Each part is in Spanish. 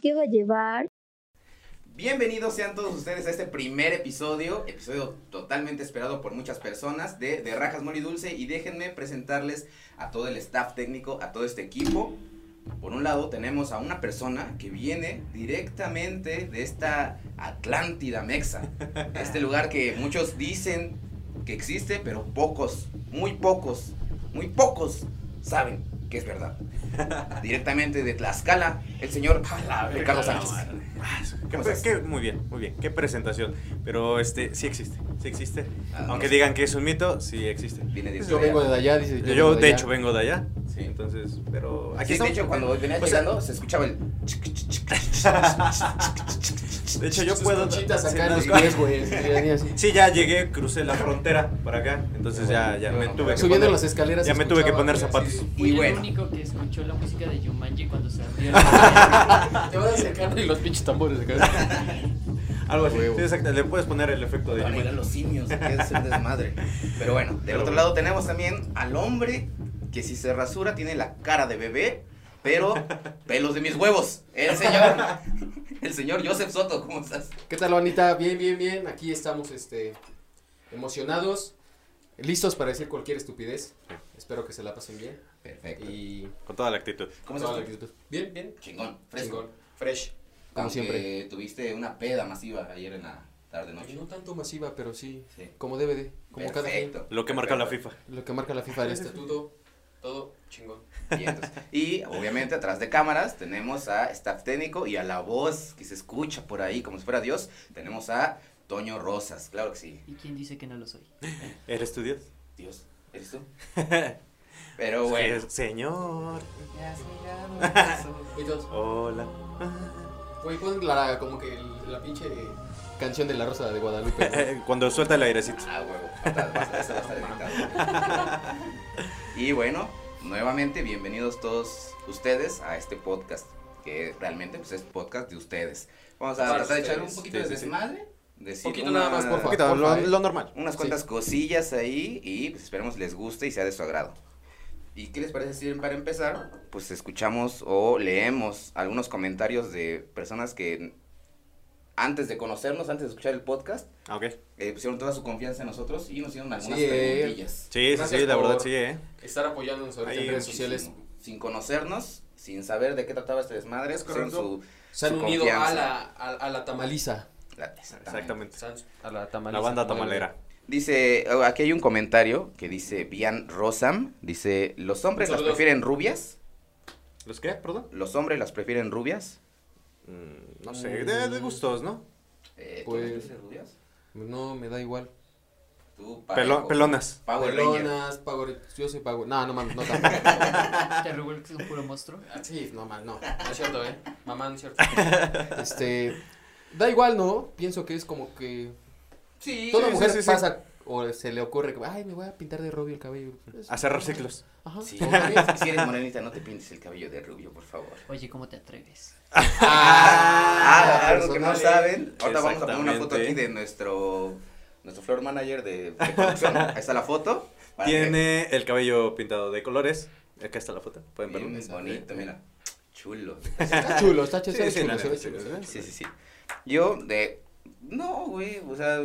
que va a llevar. Bienvenidos sean todos ustedes a este primer episodio, episodio totalmente esperado por muchas personas de, de Rajas Mori Dulce y déjenme presentarles a todo el staff técnico, a todo este equipo. Por un lado tenemos a una persona que viene directamente de esta Atlántida Mexa, este lugar que muchos dicen que existe, pero pocos, muy pocos, muy pocos saben que es verdad. Directamente de Tlaxcala, el señor Ricardo Sánchez. ¿Qué ¿Cómo estás? qué- muy bien, muy bien. Qué presentación. Pero este sí existe, sí existe. Ah, Aunque no sé. digan que es un mito, sí existe. Viene de Yo vengo de allá, dice. Yo, vengo de allá. hecho vengo de allá. Sí. Sí, entonces, pero Aquí aquí sí, de estamos. hecho, cuando venía O sea- llegando se escuchaba el. De hecho, yo Sus puedo conchitas sí, acá en no, los es- pies, güey. sí, ya ni así. Sí, ya llegué, crucé la frontera para acá, entonces ya ya Yo me no. tuve que Ah, Subiendo poner- las escaleras. Ya se me tuve que escuchaba, poner güey, zapatos. así Y Fui bueno. el único que escuchó la música de Jumanji cuando se abrió la de- Te vas acercando y los pinches tambores acá. Algo así. Huevo. Sí, exacto, le puedes poner el efecto de Van a ir a los simios, que es el desmadre. Pero bueno, del Pero otro bueno. lado tenemos también al hombre que si se rasura tiene la cara de bebé, pero pelos de mis huevos. El señor, el señor Joseph Soto, ¿cómo estás? ¿Qué tal, Juanita? Bien, bien, bien. Aquí estamos este, emocionados, listos para decir cualquier estupidez. Espero que se la pasen bien. Perfecto. Y. con toda la actitud. ¿Cómo estás? toda la tú? actitud. Bien, bien. Chingón, fresco. Chingón. Fresh. Como Aunque siempre. Tuviste una peda masiva ayer en la tarde noche. No tanto masiva, pero sí. Sí. Como debe de. Como cada quien. Perfecto, Lo que marca la perfecto. FIFA. Lo que marca la FIFA, el estatuto. Todo chingón. Y, entonces- y, obviamente atrás de cámaras tenemos a staff técnico y a la voz que se escucha por ahí como si fuera Dios, tenemos a Toño Rosas, claro que sí. ¿Y quién dice que no lo soy? ¿Eres tu Dios? Dios, ¿eres tú? Pero bueno. Sí, Señor. Y todos. Hola. Güey, pon la, como que el- la pinche canción de la Rosa de Guadalupe. güey. Cuando suelta el airecito. Ah, huevo, fatal, vas- esa va a estar editada. Y bueno, nuevamente bienvenidos todos ustedes a este podcast, que realmente pues, es podcast de ustedes. Vamos a Para tratar de echar un ustedes. poquito Sí, de sí, sí. desmadre. decir Poquito nada más, por Un favor. poquito, lo, eh. lo normal. unas Sí. cuantas cosillas ahí y pues esperemos les guste y sea de su agrado. ¿Y qué les parece si para empezar? Pues escuchamos o leemos algunos comentarios de personas que antes de conocernos, antes de escuchar el podcast, Ah, Ok. eh, pusieron toda su confianza en nosotros y nos hicieron algunas Sí, eh. preguntillas. Sí, sí, Gracias sí, la por- verdad sí, eh. Estar apoyándonos ahorita Ahí, en redes muchísimo. sociales. Sin conocernos, sin saber de qué trataba este desmadre, Es pusieron correcto. su... Se han su unido confianza. a la, a, a la tamaliza. la- Exactamente. Se han- A la tamaliza. La banda tamalera. Dice, oh, aquí hay un comentario que dice Bian Rosam, dice, los hombres las Saludos. prefieren rubias, ¿Los qué? Perdón. los hombres las prefieren rubias. Mm, no sé, de, de gustos, ¿no? Eh, Pues- ¿tú prefieres rubias? No, me da igual. Tú, Pelo- parejo. pelonas. Power Ranger. Pelonas, Power- Yo soy Power. No, no mames, no tampoco. ¿Te revuelves un puro monstruo? sí, no mames, no. No es cierto, eh. Mamá, no es cierto. Este. Da igual, ¿no? Pienso que es como que. Sí. Toda sí, mujer sí, sí. pasa o se le ocurre que, ay, me voy a pintar de rubio el cabello. Es- Hacer reciclos. Ajá. Sí, Ok. obviamente, si eres morenita, no te pintes el cabello de rubio, por favor. Oye, ¿cómo te atreves? Ah, Ah, algo que no personal, saben. Ahorita vamos a poner una foto Exactamente. aquí de nuestro nuestro floor manager de, de producción. Ahí está la foto. para que- Tiene el cabello pintado de colores. Acá está la foto. Pueden verlo. Bien bonito, mira. Chulo. Está chulo, está Sí, chulo. sí, está chulo, la se ve neta, chulo, se ve sí, Sí, sí, sí, sí. sí. Yo, de. No, güey, o sea.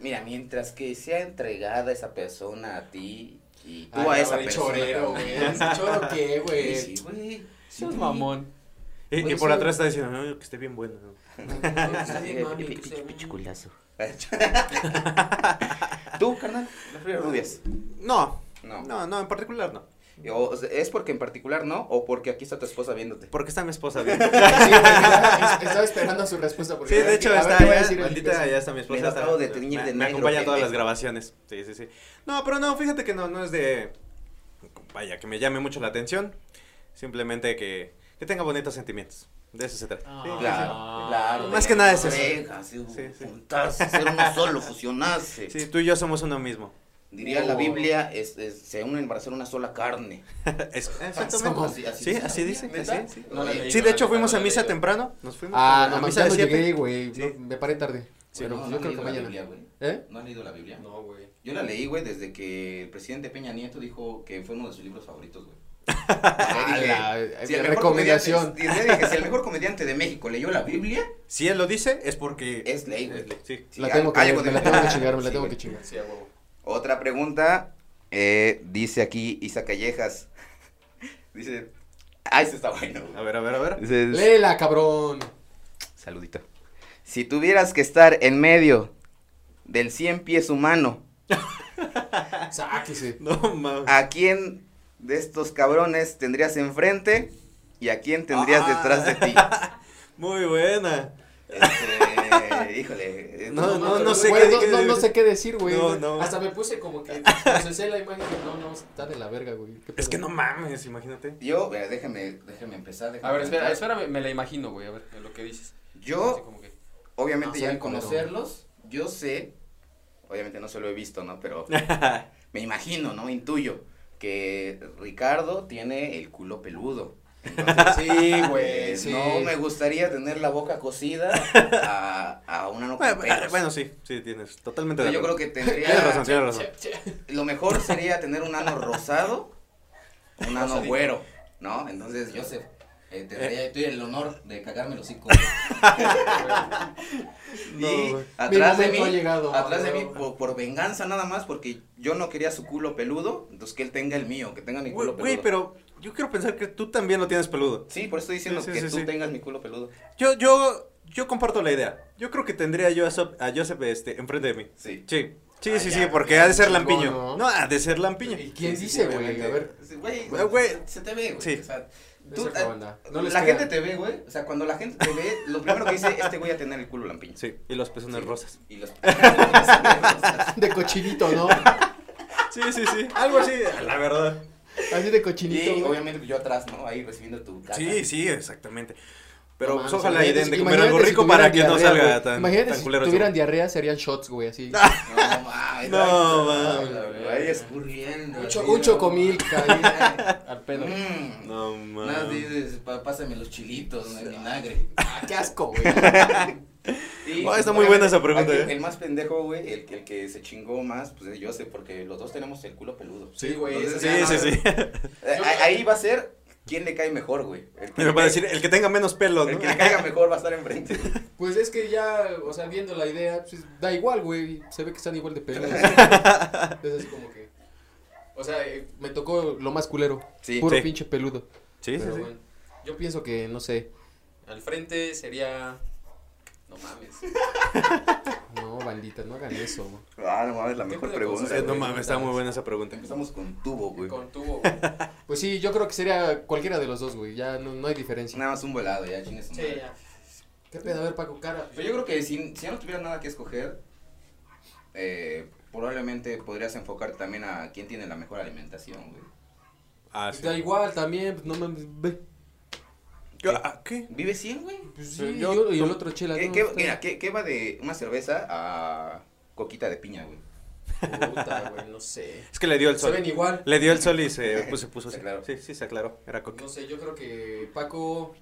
Mira, mientras que sea entregada esa persona a ti y tú a Ay, esa de persona. chorero, también. güey. ¿Ese choro qué, güey? Sí, güey. Sí, Sos güey. mamón. Y, y Puede por ser. atrás está diciendo, no, que esté bien bueno. ¿no? Está Sí, bien, mami, pi- que pi- sea pi- un- pichiculazo. ¿Tú, carnal? ¿Las frías rubias? No, No. no, no, en particular no. O- o sea, ¿Es porque en particular no o porque aquí está tu esposa viéndote? Porque está mi esposa bien. Sí, güey, ya, es- Estaba esperando su respuesta. Porque Sí, a ver de qué- hecho a ver está qué va a allá, decir el maldita, imbécil. ya está mi esposa. Me lo está- acabo de teñir me- de me negro, acompaña a todas las pendejo. grabaciones. Sí, sí, sí. No, pero no, fíjate que no, no es de... Vaya, que me llame mucho la atención. Simplemente que, que tenga bonitos sentimientos. De eso se trata. Ah, Sí, sí, sí. Claro, claro. Más que nada es eso. Orejas, Sí, sí. Juntarse, ser uno solo, fusionarse. Sí, tú y yo somos uno mismo. Diría Oh. la Biblia, es- es- se unen para ser una sola carne. Es- Somos- Así, Exactamente. así Sí, dice. así dice. ¿Neta? así, sí. No la leí, Sí, no de la hecho leí, fuimos no a la misa leí. temprano. Nos fuimos Ah, a- no, a mames, misa ya de no siete. llegué, güey. Sí. No, me paré tarde. Sí. pero No, yo no creo han leído que la Biblia, mañana. güey. ¿Eh? No han leído la Biblia. No, güey. Yo la leí, güey, desde que el presidente Peña Nieto dijo que fue uno de sus libros favoritos, güey. Yo dije, A la- eh, si el mejor recomendación. comediante- yo dije, si el mejor comediante de México leyó la Biblia, Si él lo dice, es porque. es ley, güey. Sí. Sí, La tengo que, algo me la debe- tengo que chingar, me la Sí, tengo que güey. chingar. Sí, a huevo. Otra pregunta, eh, dice aquí Isa Callejas. dice, ah, ese está bueno. güey. A ver, a ver, a ver. Dice, Léela, cabrón. Saludito. Si tuvieras que estar en medio del 100 pies humano, Sáquese. No mames. ¿a quién de estos cabrones tendrías enfrente y a quién tendrías Ah. detrás de ti? Muy buena. Este, híjole. No, no, no pero, sé güey, qué- no, qué- no- no sé qué decir, güey. No, no. Hasta me puse como que. Procesé la imagen. y No, no, está de la verga, güey. ¿Qué Es pedo? que no mames, imagínate. Yo, mira, déjame, déjame empezar. déjame A ver, espera, pensar. espérame, me la imagino, güey, a ver, de lo que dices. Así Yo, como ah, que- obviamente, No, ya soy al culero. conocerlos, yo sé, obviamente no se lo he visto, ¿no? Pero me imagino, ¿no? Intuyo que Ricardo tiene el culo peludo. Entonces, Ah, Sí, Eh, güey, sí. No me gustaría tener la boca cocida a, a una no Bueno, con pelos. ah, bueno, sí, sí, tienes. Totalmente de Pero yo creo acuerdo. que Tienes tendría. razón, tienes razón. Lo mejor sería tener un ano rosado, un ano güero, ¿no? Entonces, yo sé. eh, tendría, tuve el honor de cagarme los cinco. No, y güey. atrás Mi de mí, momento ha llegado, atrás de güey. mí por, por venganza nada más, porque yo no quería su culo peludo, entonces que él tenga el mío, que tenga mi Güey, culo güey, peludo. pero yo quiero pensar que tú también lo tienes peludo. Sí, por eso estoy diciendo Sí, sí, que sí, tú sí. tengas mi culo peludo. Yo, yo, yo comparto la idea. Yo creo que tendría yo a, Sop- a Joseph este, enfrente de mí. Sí. Sí, sí, Ah, sí, ya, sí, porque pues, ha de ser chingón, lampiño. ¿no? No, ha de ser lampiño. ¿Y quién Sí, sí, dice, sí, güey? A ver. Sí, Güey, Ah, güey. se te ve, güey. Sí. O sea, tú, Tú, ah, no les la queda. gente te ve, güey. O sea, cuando la gente te ve, lo primero que dice, este güey a tener el culo lampiño. Sí, y los pezones Sí. rosas. Y los... Así De cochinito, ¿no? Sí, sí, sí. Algo así, la verdad. Así de cochinito, y güey. obviamente yo atrás, ¿no? Ahí recibiendo tu caca. Sí, sí, exactamente. Pero No pues, mames, ojalá y imagínate den de si- comer algo imagínate si rico para que tuvieran no diarrea, salga güey. tan, Imagínate tan si culero. tuvieran eso. diarrea serían shots, güey, así. No, mames. No, ay, mames. Ahí escurriendo. Un, así, cho, ¿no? un chocomil caída al pedo. Mm. No, Nada, mames. dices, "Pa- pásame los chilitos, ¿no? el vinagre. Ah, qué asco, güey. Y, Ah, está muy buena esa obviamente, pregunta, el- ¿eh? El más pendejo, güey, el, el que se chingó más, pues yo sé, porque los dos tenemos el culo peludo. Sí, güey. Entonces, Sí, ya, sí, no, sí. Eh, a- Ahí va a ser quién le cae mejor, güey. El que, Pero le para cae- decir, el que tenga menos pelo, el ¿no? que le caiga mejor va a estar enfrente. Pues es que ya, o sea, viendo la idea, pues, da igual, güey. Se ve que están igual de pedos. Entonces, como que. O sea, eh, me tocó lo más culero. Sí, puro sí. pinche peludo. Sí, sí, Pero sí. bueno, yo pienso que, no sé. Al frente sería. No mames. No, bandita, no hagan eso, güey. Ah, no mames, la ¿Qué pedo mejor con pregunta. ser- Eh, No güey. mames, está muy buena esa pregunta. Empezamos con tubo, güey. Con tubo, güey. Pues sí, yo creo que sería cualquiera de los dos, güey. Ya no, no hay diferencia. Nada más un volado, ya chingues. su madre. Sí, ya. ¿Qué pedo? A ver, Paco, cara. Pero yo creo que si, si ya no tuviera nada que escoger, eh, probablemente podrías enfocarte también a quién tiene la mejor alimentación, güey. Ah, Pues sí. Da igual también, pues, no mames, ve. Ah, ¿Qué? ¿Vive 100, güey? Pues Pero sí, yo- yo, y el otro chela. ¿Qué, no, qué- está- mira, ¿qué, qué va de una cerveza a coquita de piña, güey? Puta, güey, no sé. Es que le dio el Se sol. ven igual. Le dio el sol y se, pues, se puso Se así. aclaró. Sí, sí, se aclaró. Era coca. No sé, yo creo que Paco.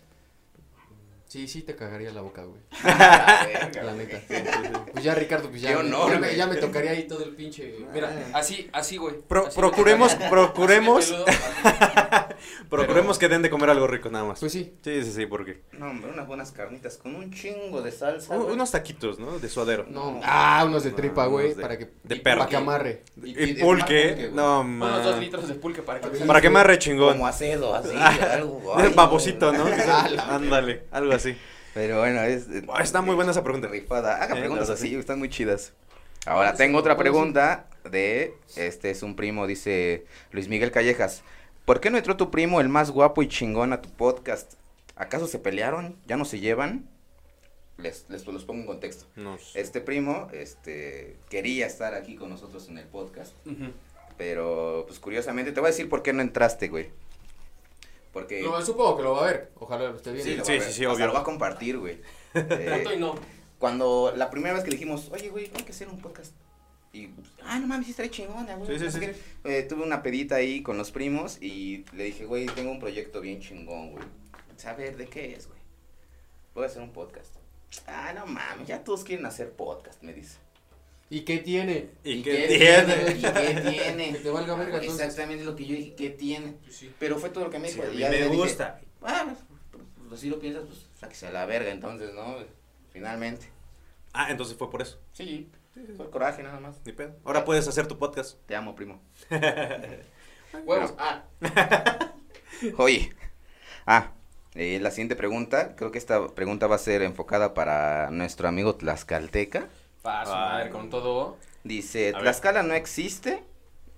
Sí, sí te cagaría la boca, güey. La verga, La güey. neta. Sí, sí, sí. Pues ya Ricardo, pues ya, Qué me- honor, ya me, güey. ya me tocaría ahí todo el pinche. Mira, Así, así, güey. Pro- Así procuremos, de peludo, procuremos, así de peludo, así. procuremos que den de comer algo rico nada más. pues sí. Sí, sí, sí, porque. No, hombre, unas buenas carnitas con un chingo de salsa. u- güey. unos taquitos, ¿no? De suadero. No. Ah, unos de No, tripa, unos güey. de- Para que. de y- perro. Para que amarre. Y- Y y de más pulque. güey. No, Unos dos man. litros de pulque para que Para Para que más rechingón. Como acedo, así, algo. ay, Es babosito, ¿no? Ah, la Ándale, algo así. Pero bueno, es. eh, Ah, Está muy buena esa pregunta. rifada. Haga Eh, preguntas la verdad, así, están muy chidas. Ahora tengo otra pregunta de este es un primo, dice Luis Miguel Callejas. ¿Por qué no entró tu primo, el más guapo y chingón, a tu podcast? ¿Acaso se pelearon? ¿Ya no se llevan? Les, les pues, los pongo en contexto. No sé. Este primo, este, quería estar aquí con nosotros en el podcast. Ujú. Pero, pues curiosamente, te voy a decir por qué no entraste, güey. Porque. No, supongo que lo va a ver. Ojalá lo esté bien. lo va a sí, ver. sí, sí, O sea, obvio. lo va a compartir, güey. Eh, Pronto y no. cuando la primera vez que le dijimos, oye, güey, hay que hacer un podcast. Y, pues, ah, no mames, sí estaría chingona, güey. Sí, sí, no sé sí. qué". Eh, tuve una pedita ahí con los primos y le dije, güey, tengo un proyecto bien chingón, güey. Saber de qué es, güey. Voy a hacer un podcast. Ah, no mames, ya todos quieren hacer podcast, me dice. ¿Y qué tiene? ¿Y qué tiene? ¿Y qué tiene? Que te valga verga, entonces. Exactamente lo que yo dije, ¿qué tiene? Pues sí. Pero fue todo lo que me Sí, dijo. a y mí ya me le dije, gusta. Ah, pues, pues, si lo piensas, pues sáquese a la verga entonces, ¿no? Finalmente. Ah, entonces fue por eso. Sí, fue el coraje nada más. Ni pedo. Ahora puedes hacer tu podcast. Te amo, primo. Huevos. Ah, Oye, ah, eh, la siguiente pregunta, creo que esta pregunta va a ser enfocada para nuestro amigo Tlaxcalteca. fácil, Ah. a ver, con todo. Dice, A ver. Tlaxcala no existe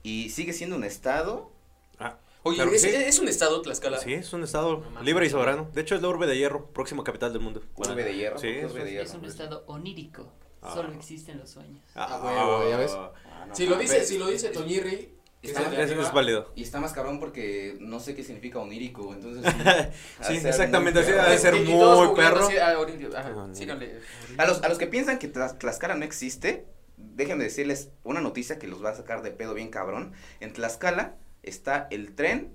y sigue siendo un estado. Ah, Oye, claro que ¿es, sí. es un estado Tlaxcala. Sí, es un estado mames. libre y soberano. De hecho, es la urbe de hierro, próxima capital del mundo. Urbe de hierro. Sí, ¿por qué eso urbe de es- hierro? Es un estado onírico. Ah. Solo existen los sueños. Ah, huevo, ya ves. Ah, no Si lo mames. dice, si lo dice Toñirri, que Está es el de Es, arriba, es válido. Y está más cabrón porque no sé qué significa onírico, entonces... Sí, ha de ser exactamente, muy así feo. ha de ser Y- y todos muy googleando perro. así, ah, Orin- ajá, Orin- síganle. A los, a los que piensan que Tlax- Tlaxcala no existe, déjenme decirles una noticia que los va a sacar de pedo bien cabrón. En Tlaxcala está el tren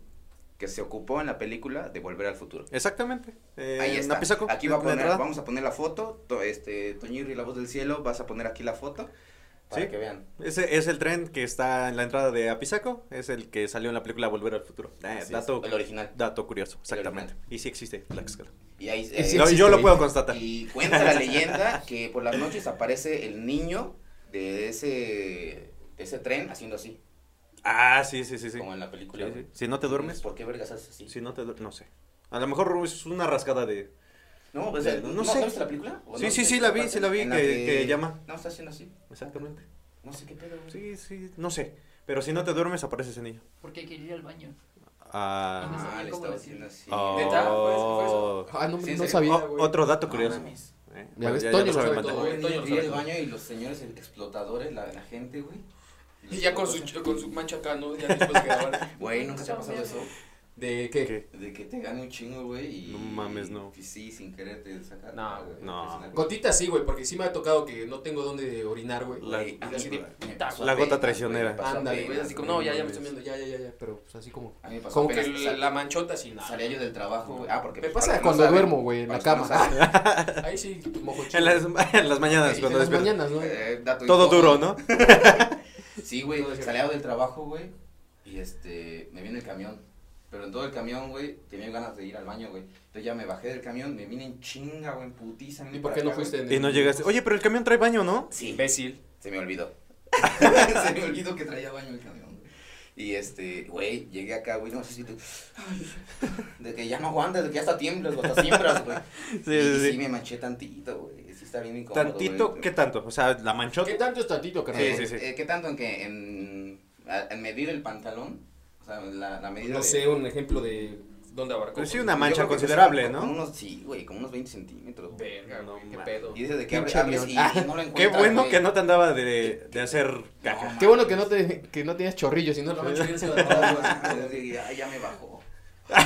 que se ocupó en la película de Volver al Futuro. Exactamente. Eh, Ahí está. Napisaco, aquí en va a la poner, entrada. vamos a poner la foto. To- este, Toñirri, la voz del cielo, vas a poner aquí la foto para Sí. que vean. Ese es el tren que está en la entrada de Apizaco. Es el que salió en la película Volver al Futuro. Eh, Así es, dato, el original. dato curioso, exactamente. Y sí existe Tlaxcala. Y ahí Y eh, sí Lo- existe, yo lo güey. puedo constatar. Y cuenta la leyenda que por las noches aparece el niño de ese, de ese tren haciendo así, Ah, sí, sí, sí. sí. como en la película. Sí, sí. güey. Si no te duermes, ¿Por qué vergas haces así? si no te duermes, no sé. A lo mejor es una rascada de... No, pues, De- eh, no ¿no, sé. ¿no viste la película? ¿O Sí, no sí, viste sí, la esa vi, parte sí la vi, en la que- que llama. No, está haciendo así. Exactamente. No sé qué pedo. güey. Sí, sí, no sé. Pero si no te duermes, aparece ese niño. Porque quería ir al baño. Ah. no Ah, sabía le cómo estaba haciendo decirlo. así. Oh. ¿Neta? ¿Fue eso? ¿Fue eso? Ah, no, Sí, en no serio. sabía, O- güey. otro dato No curioso. mames. Eh, Ya ves, ya- ya Toño lo lo sabe sabe Manta. todo, Todo güey. el Toño niño lo y el sabe. baño y los señores explotadores, la, la gente, güey. Y ya con su, con su mancha acá, ¿no? Ya después de grabar. Güey, nunca te ha pasado eso. ¿De qué? ¿Qué? De que te gane un chingo, güey. y- No mames, no. y sí, sin querer te sacar. No, güey. No. Gotita sí, güey, porque sí me ha tocado que no tengo dónde orinar, güey. La- Güey, a mí así de- me- me pasó La gota apenas, traicionera. güey, me pasó Ándale, güey, apenas, así como, güey. no, ya, ya me estoy viendo, ya, ya, ya, ya, pero pues así como... A mí me pasó Como que apenas, la, sal- la manchota sí, nada. Salía yo del trabajo, güey. Ah, porque. Me pues, para los pasa que no cuando saben- duermo, güey, en para la los que no cama. saben, Ahí sí, mojo chido. En las, en las mañanas, Sí, cuando en las despiertas. mañanas, Ah, ¿no? eh, dato Todo incómodo. duro, ¿no? Sí, güey, Todo es cierto. salía del trabajo, güey, y este, me viene el camión. Pero en todo el camión, güey, tenía ganas de ir al baño, güey. Entonces ya me bajé del camión, me vine en chinga, güey, en putiza. me vine ¿Y por para qué no acá, güey. fuiste en Y no llegaste. Oye, pero el camión trae baño, ¿no? Sí, Imbécil. se me olvidó. se me olvidó que traía baño el camión, güey. Y este, güey, llegué acá, güey, no sé si te... ay, de que ya no aguantas, de que ya hasta tiemblas, güey, hasta siembras, güey. Sí, y, sí, sí. sí me manché tantito, güey, sí está bien incómodo. Tantito, güey. ¿qué tanto? O sea, la ¿Qué manchota. tanto es tantito, carnal? Eh, Sí, sí, sí. eh, ¿Qué tanto en que en, a- en medir el pantalón? O sea, la, la medida No de- sé, un ejemplo de... ¿Dónde abarcó? Pues sí, Con- una Yo mancha creo que considerable, sí, como ¿no? Unos, sí, güey, como unos 20 centímetros. güey. Verga, No güey, qué mames. pedo. Y dice de que abres, Pinche abres y, avión. y no lo encuentras. Qué bueno güey. que no te andaba de, de hacer caca. No, Qué bueno que no, te, que no tenías chorrillos, si no la mancha hubiera sido de todo, güey. mames. Y ya- ya me bajó.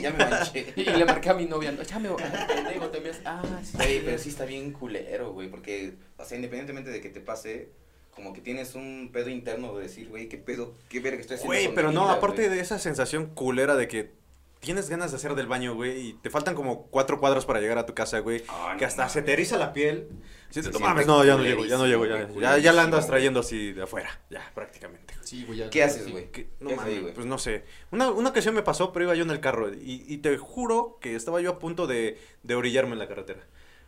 ya me manché. Y le marqué a mi novia, no, ya me voy, ah, pendejo, te miras, ah, sí. Güey, pero sí está bien culero, güey, porque, o sea, independientemente de que te pase, como que tienes un pedo interno de decir, güey, qué pedo, qué verga estoy haciendo. Güey, con pero mi no, vida, aparte güey? de esa sensación culera de que tienes ganas de hacer del baño, güey, y te faltan como cuatro cuadros para llegar a tu casa, güey, Ah, que no hasta mames. se te eriza la piel. Sí, Se no mames, siente no, ya no llego, ya no culerísimo, llego, ya, güey, ya, ya la andas culerísimo, trayendo así de afuera, ya, prácticamente. Sí, güey, ya. ¿Qué haces, Sí. güey? Que- no ¿Qué haces ahí, mames, güey? pues no sé. Una, una ocasión me pasó, pero iba yo en el carro, y, y te juro que estaba yo a punto de, de orillarme en la carretera.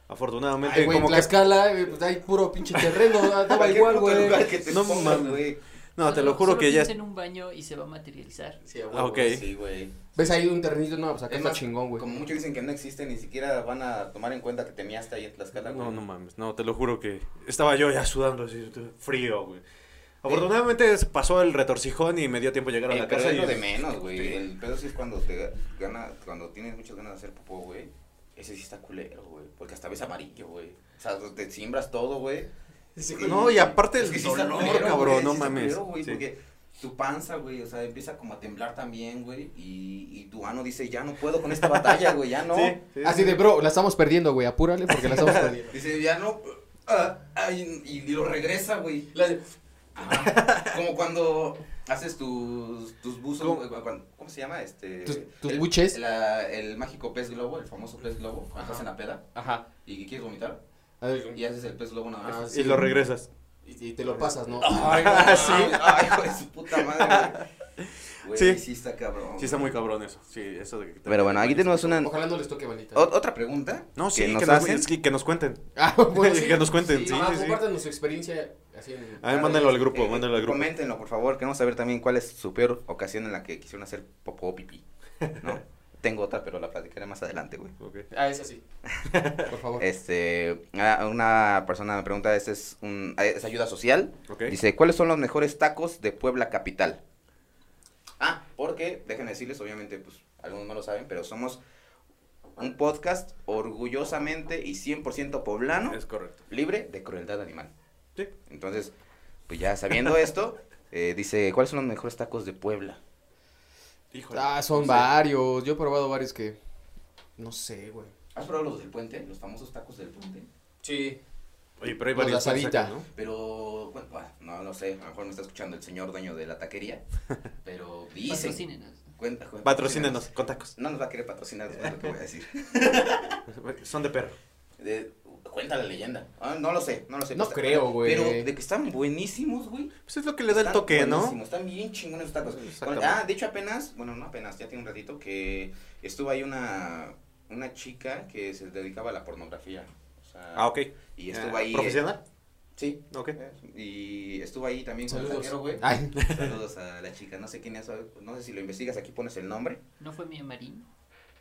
Afortunadamente, Ay, güey, en como que... Tlaxcala, eh, pues hay puro pinche terreno, da- daba Cualquier igual, puto güey. lugar que te No pongas, mames. güey. No, te lo Solo- juro solo que ya... piensa en un baño y se va a materializar. Sí, a Ah, huevo. ok. Sí, güey. ¿Ves ahí un terrenito? No, pues acá Es está más, chingón, güey. Como muchos dicen que no existe, ni siquiera van a tomar en cuenta que te miaste ahí en Tlaxcala, güey. No, no mames, no, te lo juro que estaba yo ya sudando así, frío, güey. Afortunadamente se pasó el retorcijón y me dio tiempo llegar a El la pedo casa. es lo y- de menos, güey. Sí. El pedo sí es cuando te gana, cuando tienes muchas ganas de hacer popó, güey. Ese sí está culero, güey. Porque hasta ves amarillo, güey. O sea, te simbras todo, güey. Sí, güey. No, y aparte Es el que sí está dolor, culero, cabrón, güey, no sí está mames. culero, güey, Sí. Porque tu panza, güey, o sea, empieza como a temblar también, güey. Y, y tu ano dice, ya no puedo con esta batalla, güey, ya no. Sí, sí, Así sí. de, bro, la estamos perdiendo, güey, apúrale porque la estamos perdiendo. Dice, ya no. ah, ah, y, y lo regresa, güey. La de- Ajá. Como cuando haces tus, tus buzos, ¿Cómo? güey, cu- cuando- ¿cómo se llama? Este, Tus- tus el- buches. la- el mágico pez globo, el famoso pez globo, cuando Ajá. estás en la peda Ajá. y que quieres vomitar A ver, y haces el pez globo nada más. Ah, Y lo regresas. Y, y te lo pasas, ¿no? Ah, Ay, no, Ah, mames. Ay, hijo de su puta madre. güey. Güey, Sí. sí. está cabrón. Sí, está muy cabrón eso. Sí, eso de que te- Pero bueno, aquí tenemos una. Ojalá no les toque balita. o- Otra pregunta. No, sí, que que nos, hacen. es que- que nos cuenten. Ah, bueno, que nos cuenten, sí, Ajá, sí, sí. compártanos su experiencia así en- A ver, mándenlo al grupo, Eh, mándenlo al grupo. Coméntenlo, por favor. Queremos saber también cuál es su peor ocasión en la que quisieron hacer popó o pipí. No, tengo otra, pero la platicaré más adelante, güey. Ok. Ah, es así. Por Eh, favor. Este, a- una persona me pregunta, este es un, es ayuda social. Ok. Dice, ¿cuáles son los mejores tacos de Puebla capital? Ah, porque, déjenme decirles, obviamente, pues, algunos no lo saben, pero somos un podcast orgullosamente y 100% poblano, Es correcto. libre de crueldad animal. Sí. Entonces, pues ya sabiendo esto, eh, dice, ¿cuáles son los mejores tacos de Puebla? Híjole. Ah, son Sí. varios. Yo he probado varios que. No sé, güey. ¿Has probado los del puente? Los famosos tacos del puente. Sí. Oye, pero hay Los de varios. asadita. tacos, ¿no? Pero, bueno, ah, no lo sé, a lo mejor me está escuchando el señor dueño de la taquería, pero Pues dice... Patrocínenos. Cuenta, cuenta, Patrocínenos con tacos. No nos va a querer patrocinar, es lo que voy a decir. Son de perro. De- cuenta la leyenda. Ah, no lo sé, no lo sé. No Está- creo, güey. Pero de que están buenísimos, güey. Pues es lo que le da el Están toque, ¿no? buenísimos, Están bien chingones los tacos. Exactamente. Ah, de hecho apenas, bueno, no apenas, ya tiene un ratito que estuvo ahí una, una chica que se dedicaba a la pornografía. O sea, Ah, ok. Y estuvo Ah, ahí. eh, ¿Profesional? Sí. Ok. Y estuvo ahí también con el Saludos. taquero, güey. Ay. Saludos a la chica. No sé quién es, no sé si lo investigas, aquí pones el nombre. ¿No fue Mía Marín?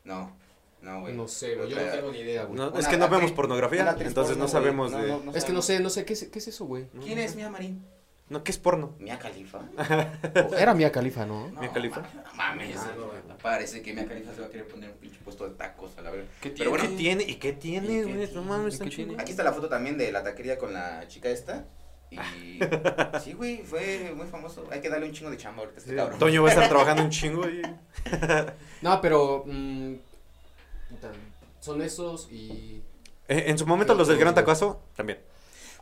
No, no, güey. No sé, güey. Yo no Otra- tengo ni idea, güey. No, Una es que no actriz- vemos una pornografía, actriz entonces porno, no güey. sabemos de... es que no sabemos. sé, no sé. ¿Qué es, qué es eso, güey? ¿Quién es Mia Marín? No, ¿qué es porno? Mia Califa. Era Mia Califa, ¿no? ¿Mia Khalifa? ma- Mames. Ah, no, güey. Parece que Mia Califa se va a querer poner un pinche puesto de tacos a la verga. ¿Qué Pero bueno, ¿Qué tiene? ¿Y qué tiene, ¿Y qué güey? No tiene? mames, ¿Y tan qué tiene? chingón. aquí está la foto también de la taquería con la chica esta. Y. Sí, güey, fue muy famoso. Hay que darle un chingo de chamba ahorita a este cabrón. Toño va a estar trabajando un chingo y... No, pero. mm, puta, son esos y. Eh, en su momento los del Gran Tacazo también.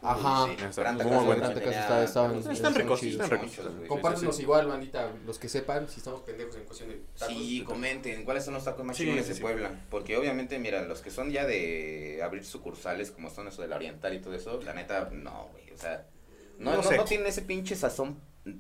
Ajá. Sí, Está gran muy tacazo, bueno. gran Tacazo tacazo, estaban- tacazo, están ricos, chidos, están ricos. muchos, güey. Compártenos sí, igual, bandita, los que sepan, si estamos pendejos en cuestión de tacos. Sí, comenten, ¿cuáles son los tacos más Sí, chingones sí, de sí. Puebla? Porque obviamente, mira, los que son ya de abrir sucursales, como son eso de la Oriental y todo eso, la neta, no, güey, o sea, no, No no, no, sé. tienen ese pinche sazón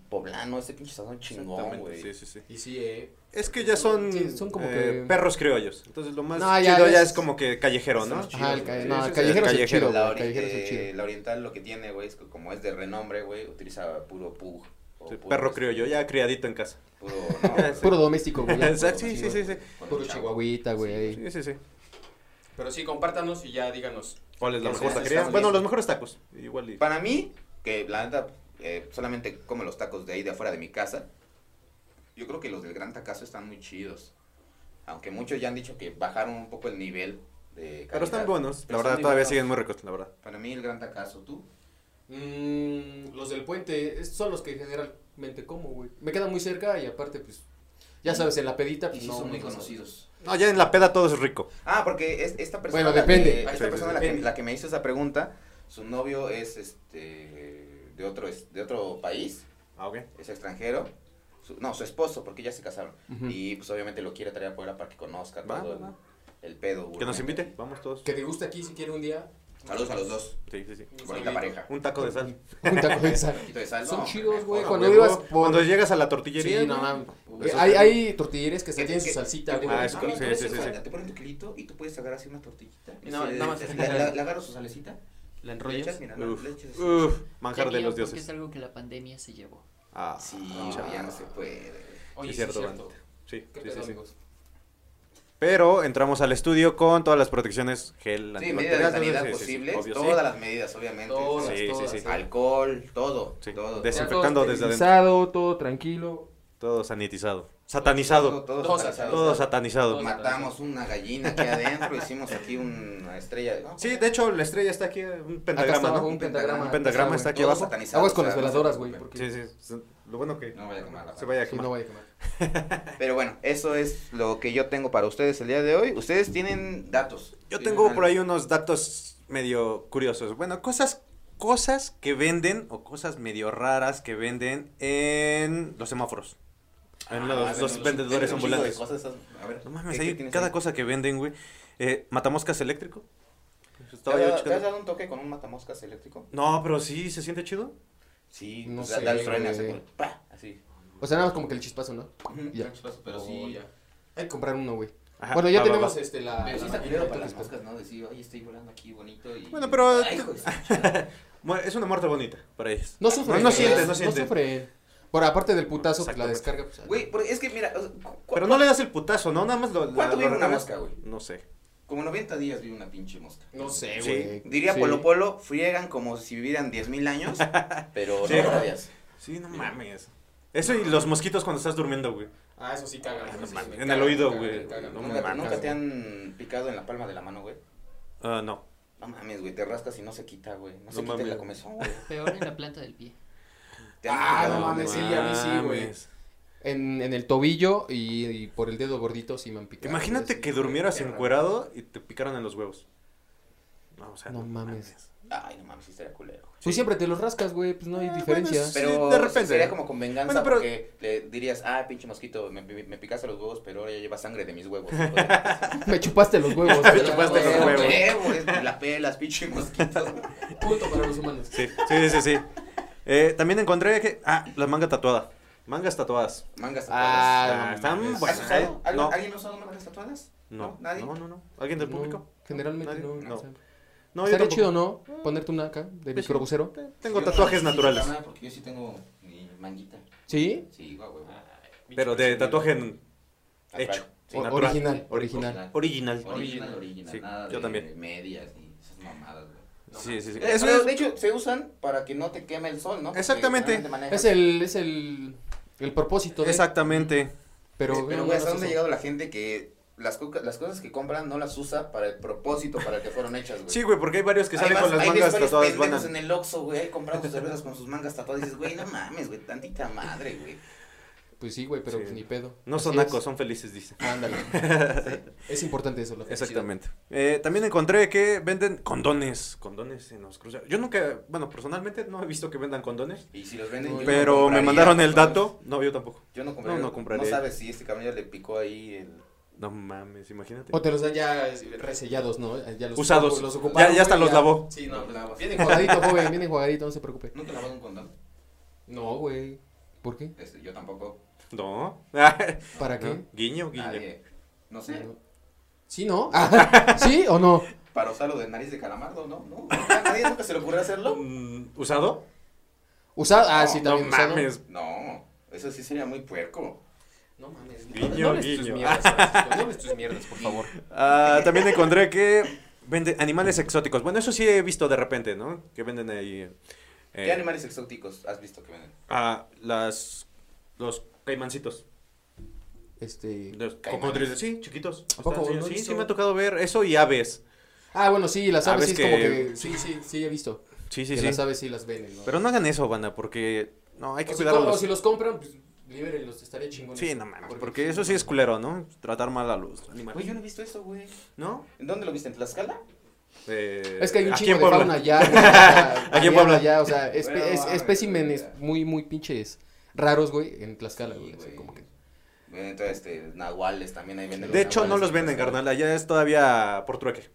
poblano, ese pinche sazón chingón, Exactamente, güey. sí, sí, sí. Y sí, eh. Es que ya son, Sí, son como eh, que- perros criollos. Entonces lo más No, ya chido ya es- es como que callejero, son ¿no? los Ajá, el, chidos, ca- güey. no, Sí, el sí, callejero es el callejero. chido, güey, La, el ori- callejero es el eh, chido. la Oriental lo que tiene, güey, es que como es de renombre, güey, utiliza puro pug. o puro- Sí, este, Perro criollo, ya criadito en casa. Puro, no, güey, Puro doméstico, güey. ya. Exacto, sí, sí, chido, sí, sí. güey, con Puro el chavo. chihuahuita, güey. ahí. Sí, sí, sí. Pero sí, compártanos y ya díganos. ¿Cuál es la Sí, mejor sí, taquería? estamos Bueno, listos. los mejores tacos. Igual y... Para mí, que la neta eh, solamente como los tacos de ahí de afuera de mi casa, yo creo que los del Gran Tacazo están muy chidos. Aunque muchos ya han dicho que bajaron un poco el nivel de Pero están calidad. buenos. La Pero verdad, están todavía buenos. siguen muy ricos, la verdad. Para mí el Gran Tacazo, tú. Mm, los del puente es- son los que generalmente como, güey. Me quedan muy cerca y aparte, pues, ya sabes, en la pedita, Y pues sí no. son muy no- conocidos. No, ya en la peda todo es rico. Ah, porque es- esta persona. Bueno, la que- depende. esta Sí, sí, persona sí. la que, Depende. la que me hizo esa pregunta, su novio es este de otro es- de otro país, Ah, ok. es extranjero. Su- no, su esposo, porque ya se casaron. Ujú. Y pues obviamente lo quiere traer a Puebla para que conozca Va, todo va, va. el, el pedo. Que nos gourmet. invite, vamos todos. Que te gusta aquí si quiere un día. Saludos a los dos. Sí, sí, sí. Bonita Saludito. pareja. Un taco de sal. Un taco de sal. poquito de sal. Son no, chidos, güey. mejor, Cuando Ah, Huevo. ibas por- Cuando llegas a la Sí, tortillería. no güey. mames. Eso Eh, está hay, bien. hay tortillerías que Que- se tienen que- su salsita, que- güey. Ah, Ah, es no, cor- no, sí, no, sí, no, sí, no, sí. Te ponen tu kilito y tú puedes agarrar así una tortillita. Y nada- Sí, nada más le- así. Le le- le agarro su salecita. ¿La Le enrollas? echas, mira, Uf. le echas. Uf, Ya manjar de quiero los porque Es dioses. algo que la pandemia se llevó. Ah, Sí, ah, güey, ya no se puede. güey. sí, Oye, es cierto, sí, banda. Sí, sí, ¿Qué pedo, sí, sí. amigos? Pero entramos al estudio con todas las protecciones Sí, gel antibacterial. medidas de entonces, sanidad sí, sí, sí, posibles. obvio, sí. Todas las medidas, obviamente. Todas, Sí, sí, todas. sí. Alcohol, todo. Sí, Todo. des- todo, Desinfectando desde adentro. adentro. todo tranquilo. Todo sanitizado. Todo, Satanizado. todo Todos satanizado. Todo satanizado. Todos Matamos una gallina aquí adentro, hicimos aquí una estrella. de- Sí, de hecho, la estrella está aquí, un Acá está pentagrama, abajo ¿no? un pentagrama. Un pentagrama está Está, aquí Todo abajo. satanizado, Aguas con o las sea, veladoras, güey. no se- Porque Sí, sí. Lo bueno que No vaya a quemar la se vaya a Sí, no quemar. vaya a quemar. Pero bueno, eso es lo que yo tengo para ustedes el día de hoy. Ustedes tienen datos. Yo ¿Tienen tengo por algo? ahí unos datos medio curiosos. Bueno, cosas cosas que venden o cosas medio raras que venden en los semáforos. En los, Ah, los bueno, vendedores tengo un chingo de ambulantes. cosas esas. A ver, No mames, ¿qué- qué hay tienes cada ahí? cosa que venden, güey. Eh, matamoscas eléctrico. ¿Te Estaba yo has, te has checando. dado un toque con un matamoscas eléctrico? No, pero sí, ¿se siente chido? Sí, No no sé, sé. Da el freno güey. así, como, pa, así. O sea, nada más como que el chispazo, ¿no? Ujú, Ya. chispazo, Pero Oh, sí, ya. Hay que comprar uno, güey. Ajá, bueno, ya va, va, tenemos va. este la. Pero sí la está máquina culero de para las chispas. moscas, ¿no? Decir, oye, estoy volando aquí bonito y... Bueno, pero- Ay, hijo de su- Bueno, es una muerte bonita para ellos. No sufre. No, no güey, siente, no siente. sufre. Por aparte del putazo, pues, la Exactamente. descarga. Pues, Güey, porque es que mira, o sea, cu- cu- Pero no le das el putazo, ¿no? Nada más lo. la- ¿Cuánto lo vive una recargas. mosca, güey? No sé. como 90 días vive una pinche mosca. No sé, Sí. güey. Diría Sí. Polo Polo, friegan como si vivieran 10.000 años, pero Sí. 90 días. Sí, no mames. Eso y los mosquitos cuando estás durmiendo, güey. Ah, eso sí cagan. Ah, güey, no sí, mames, me en el cagan, oído, me cagan, güey. me cagan. No ¿Nunca, mames. nunca te han picado en la palma de la mano, güey? Ah, no. No mames, güey, te rascas y no se quita, güey. No, se No quita mames. la comezón, güey. Peor en la planta del pie. Te han Ah, picado, no mames, sí, a mí sí, güey. Mames. En, en el tobillo y, y por el dedo gordito sí me han picado. güey, Imagínate sí. que durmieras perra. encuerado y te picaran en los huevos. No, o sea, No mames. Ay, no mames, sí estaría culero. güey. Pues siempre te los rascas, güey, pues no hay Ah, diferencia. bueno, Sí, Pero de repente. sería como con venganza Bueno, pero- porque le dirías, ah, pinche mosquito, me, me- me picaste los huevos, pero ahora ya lleva sangre de mis huevos. hijo de- Me chupaste los huevos. Me chupaste los Ah, huevos. güey, La pelas, pinche mosquito. Punto para los humanos. Sí, sí, sí, sí. Eh, también encontré que. Ah, la manga tatuada. Mangas tatuadas. Mangas tatuadas. Ah, Ah, no están mames. buenas. ¿Has usado? eh, ¿Algo- no. ¿Alguien ha usado mangas tatuadas? No, ¿Nadie? no, no, no. ¿Alguien del No, público? Generalmente ¿Nadie? no. No. o sea, No, yo estaría tampoco. chido, ¿no? Ponerte una acá de Pues sí. microbusero. Tengo Yo tatuajes no, sí, naturales. carnal, Porque yo sí tengo mi manguita. ¿Sí? Sí, guau, güey. Pero de tatuaje en- Hecho. Sí, O- natural. Pues original, original. original. Original, original. Sí, nada yo de también. medias y esas mamadas, güey. Sí, sí, sí. Eh, Eso pero, es- de hecho, se usan para que no te queme el sol, ¿no? Porque Exactamente. generalmente manejas- Es el, es el, el propósito de... Exactamente. Pero, Pero, no, güey, ¿hasta no dónde ha sé. llegado la gente que las, coca- las cosas que compran no las usa para el propósito para el que fueron hechas, güey? Sí, güey, porque hay varios que Hay salen vas- con las hay mangas varios tatuadas. pendejos Van en el Oxxo, güey, ahí comprando sus cervezas con sus mangas tatuadas y dices, güey, no mames, güey, tantita madre, güey. Pues sí, güey, pero Sí. pues ni pedo. No Así son es. nacos, son felices, dicen. Ah, Ándale. Es importante eso. la Exactamente. Eh, también encontré que venden condones. Condones en los cruceros. Yo nunca, bueno, personalmente no he visto que vendan condones. Y si los venden, yo no Pero me compraría, mandaron el ¿sabes? dato. No, yo tampoco. Yo no compraría. No, no compraría. No sabes si este cabrón le picó ahí el... No mames, imagínate. O te los dan ya resellados, ¿no? Ya los este, Usados. Los ya, ocuparon, ya hasta güey, los lavó. Sí, no, pues, lavas. Viene enjuagadito, joven, viene enjuagadito, no se preocupe. ¿Nunca lavas un condón? No, güey. ¿Por qué? Este, yo tampoco. No. ¿Para qué? No. Guiño, guiño. Nadie. No sé. ¿Sí, no? Ah, ¿Sí o no? Para usarlo de nariz de calamardo, ¿no? No. ¿A nadie nunca se le ocurrió hacerlo? Mm, ¿Usado? ¿Usado? Ah, sí, No también usado. mames. No. Eso sí sería muy puerco. No mames. no- Guiño, no hables tus guiño. mierdas, Francisco, no hables tus mierdas, por favor. Ah, también encontré que venden animales exóticos. Bueno, eso sí he visto de repente, ¿no? Que venden ahí. eh, ¿Qué animales exóticos has visto que venden? ah, las. Los caimancitos. Este... Los Caimanes. cocodrilos. Sí, chiquitos. ¿A poco? Están enseñando- No he sí, visto. sí, me ha tocado ver eso y aves. Ah, bueno, sí, las aves, Aves sí es como que- que... Sí, sí, sí, he visto. Sí, sí, que sí. las aves sí las venden, ¿no? Pero no hagan eso, banda, porque. No, hay que o, si, cuidarlos. o si los compran, pues libérenlos, estaría chingón. Sí, eso. no mames. Porque eso sí es culero, ¿no? Tratar mal a los animales. Güey, yo no he visto eso, güey. ¿No? ¿En dónde lo viste? ¿En Tlaxcala? Eh, Es que hay un aquí chingo en de Puebla. fauna allá. güey, o sea, Aquí en variada Puebla. allá, o sea, espe- Bueno, es- ah, mames, especímenes güey. muy, muy pinches raros, güey, en Tlaxcala, güey. Sí, así güey. como que- Bueno, entonces, este, nahuales también ahí venden. De hecho, no los venden, carnal. carnal. Allá es todavía por trueque.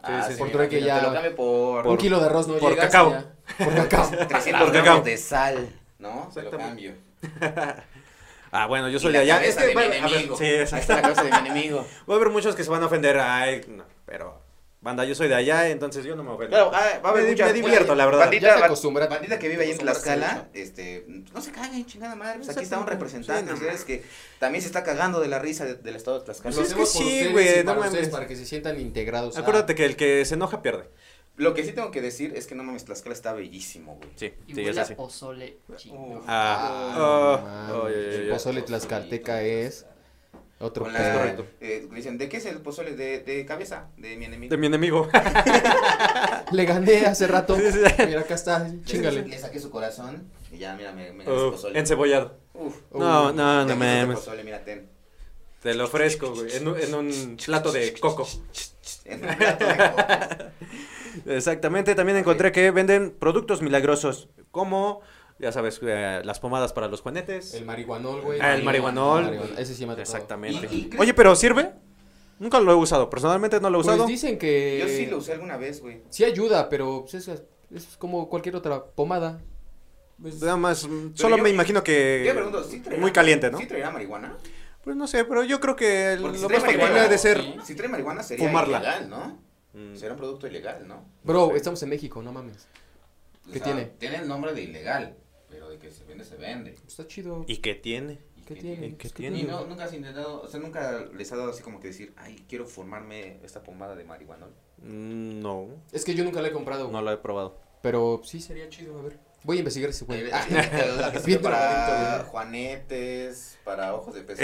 Ah, Sí, sí, sí, sí. Por trueque imagino, ya- Te lo cambio por, un kilo de arroz no por llegas y cacao. ya. Por cacao. 300 gramos Por cacao. de sal, ¿no? Te lo Exactamente. cambio. Ah, bueno, yo Yo soy de allá. Es Es que, mi bueno, a ver, enemigo. sí, Ahí exacto. está la cabeza de mi enemigo. Va a haber muchos que se van a ofender. Ay, no, pero. Banda, yo soy de allá, entonces yo no me ofendo. Claro, ah, va a haber Me- mucha- me divierto, la verdad. Bandita, Ya te ba- acostumbras. bandita que vive ahí en Te acostumbras a Tlaxcala, este, no se caguen, chingada madre. Pues aquí está un representante Sí, de no ustedes que también se está cagando de la risa de- del estado de Tlaxcala. Lo Pues es que hacemos por sí, ustedes güey, y no para ustedes, mames. para que se sientan integrados. ah. Acuérdate que el que se enoja pierde. Lo que sí tengo que decir es que no mames, Tlaxcala está bellísimo, güey. Sí, Y sí, huele es a así. pozole chingo. Ah, Ah, ah, mames, ay, ay, ay, el ay. pozole tlaxcalteca es otro Con pedo. la, eh, le dicen, ¿de qué es el pozole de, de cabeza? De mi enemigo. De mi enemigo. Le gané hace rato. Sí, sí. Mira, acá está. Le- Chingale. Le saqué su corazón y ya, mira, me, me gané su Uf, pozole. Oh, encebollado. Uf. No, no, Aquí no está tu mames. pozole, mira, ten. Te lo ofrezco, güey. En, un- en un plato de coco. En un plato de coco. Exactamente. También encontré que venden productos milagrosos. Como, ya sabes, eh, las pomadas para los juanetes. El marihuanol, güey. Ah, el marihuanol. Ese sí me ha tocado. Exactamente. Y- y- Oye, pero ¿sirve? Nunca lo he usado, personalmente no lo he usado. Pues dicen que. Yo sí lo usé alguna vez, güey. sí ayuda, pero pues, es, es como cualquier otra pomada. Pues, Nada más, mm, solo yo- me imagino que... Yo me pregunto, ¿sí traerá- muy caliente, ¿no? ¿Sí traerá marihuana? Pues no sé, pero yo creo que Porque si lo trae más factible marihuana, ha de ser... sí. Si trae marihuana sería Fumarla. ilegal, ¿no? Mm, Será un producto ilegal, ¿no? Bro, sé. estamos en México, no mames. O ¿Qué sea, tiene? Tiene el nombre de ilegal, pero de que se vende, se vende. Está chido. ¿Y qué tiene? ¿Y ¿Qué qué tiene? ¿Y qué Pues, tiene? Y no, nunca has intentado, o sea, nunca les ha dado así como que decir, ay, quiero formarme esta pomada de marihuana. Mm, No, Es que yo nunca la he comprado. no lo he probado. Pero sí sería chido, a ver. Voy a investigar ese Eh, Eh, güey. Ah, Sirve bien para drogadicto, juanetes, para ojos de pescado.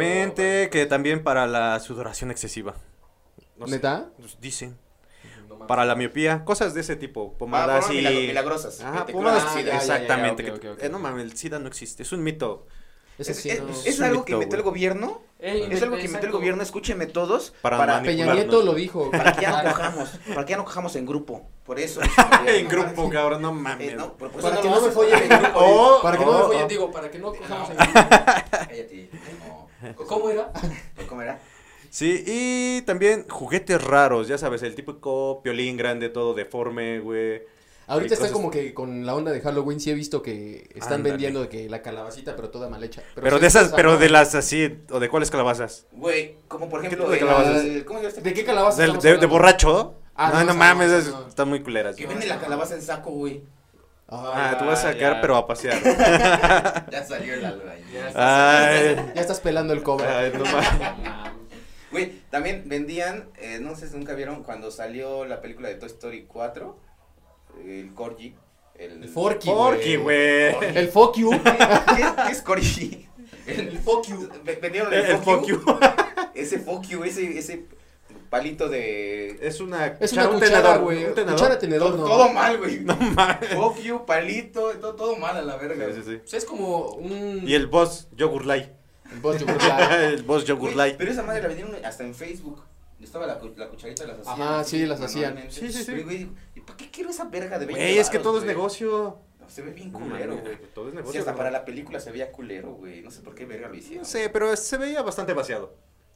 Exactamente, que también para la sudoración excesiva. No sé, ¿Neta? pues dicen. No mames. Para la miopía, cosas de ese tipo, Para pomadas pomadas y... milagrosas. Ajá, que te pomadas, curan Ah, el SIDA. ya, ya, ya, exactamente. ok, que- ok, ok. eh, no mames, el SIDA no existe, es un mito. Ese Es, sí, es- no- es un algo mito, que inventó el güey. gobierno. Ey, Es algo que inventó el exacto. gobierno. Escúchenme todos. Para Para Peña manipularnos. Nieto lo dijo. Para que ya no cojamos. Para que ya no cojamos en grupo. Por eso. En En grupo, cabrón, no mames. Eh, no, por- por eso Para no que lo no me haces. follen en grupo. Oh, para que no me oh, follen, oh. digo, para que no cojamos en No. grupo. Cállate. No. ¿Cómo era? ¿Cómo era? Sí, y también juguetes raros, ya sabes, el típico piolín grande, todo deforme, güey. Ahorita está cosas- como que con la onda de Halloween sí he visto que están Ándale. vendiendo de que la calabacita pero toda mal hecha. Pero, sí de esas, está pero de mal. las así, o de cuáles calabazas. Güey, como por ejemplo. tipo de el- calabazas? ¿Cómo se llama este? ¿De qué calabaza? Del- estamos de, de hablando? borracho. Ah, no, no, no esa mames, no, es- no. están muy culeras. Que vende la calabaza en saco, güey. Ah, Ah, tú vas a Ah, sacar, ya. pero a pasear. Ya salió el alba. Ya está. Ay, ya estás pelando el cobra. ay, no mames. Güey, también vendían, eh, no sé si nunca vieron, cuando salió la película de Toy Story 4, el Corgi. El, El Forky, Porky, güey. El fuck you. ¿Qué, qué es Corgi? El fuck you. Vendieron el, El fuck fuck you. you. Ese fuck you, ese, ese palito de... Es una, Es cuchara, una un cuchara, tenedor, güey. un tenedor. Cuchara tenedor, Todo, no. todo mal, güey. No mames. Fuck you, palito, todo, todo mal a la verga. Sí, sí, sí. O sea, es como un... Y el boss Yogurlai. El boss de Burla. el boss Güey, Yogurlai. Pero esa madre la vendieron hasta en Facebook. Estaba la, cu- la cucharita, las hacían. Ajá, sí, las hacían. manualmente. Sí, sí, sí. Pero, güey, ¿y ¿para qué quiero esa verga de 20 Güey, es que varos, todo es güey? negocio. No, se ve bien culero, güey. Todo es negocio. Sí, hasta güey. para la película se veía culero, güey. No sé por qué verga lo hicieron. No sé, pero se veía bastante vaciado.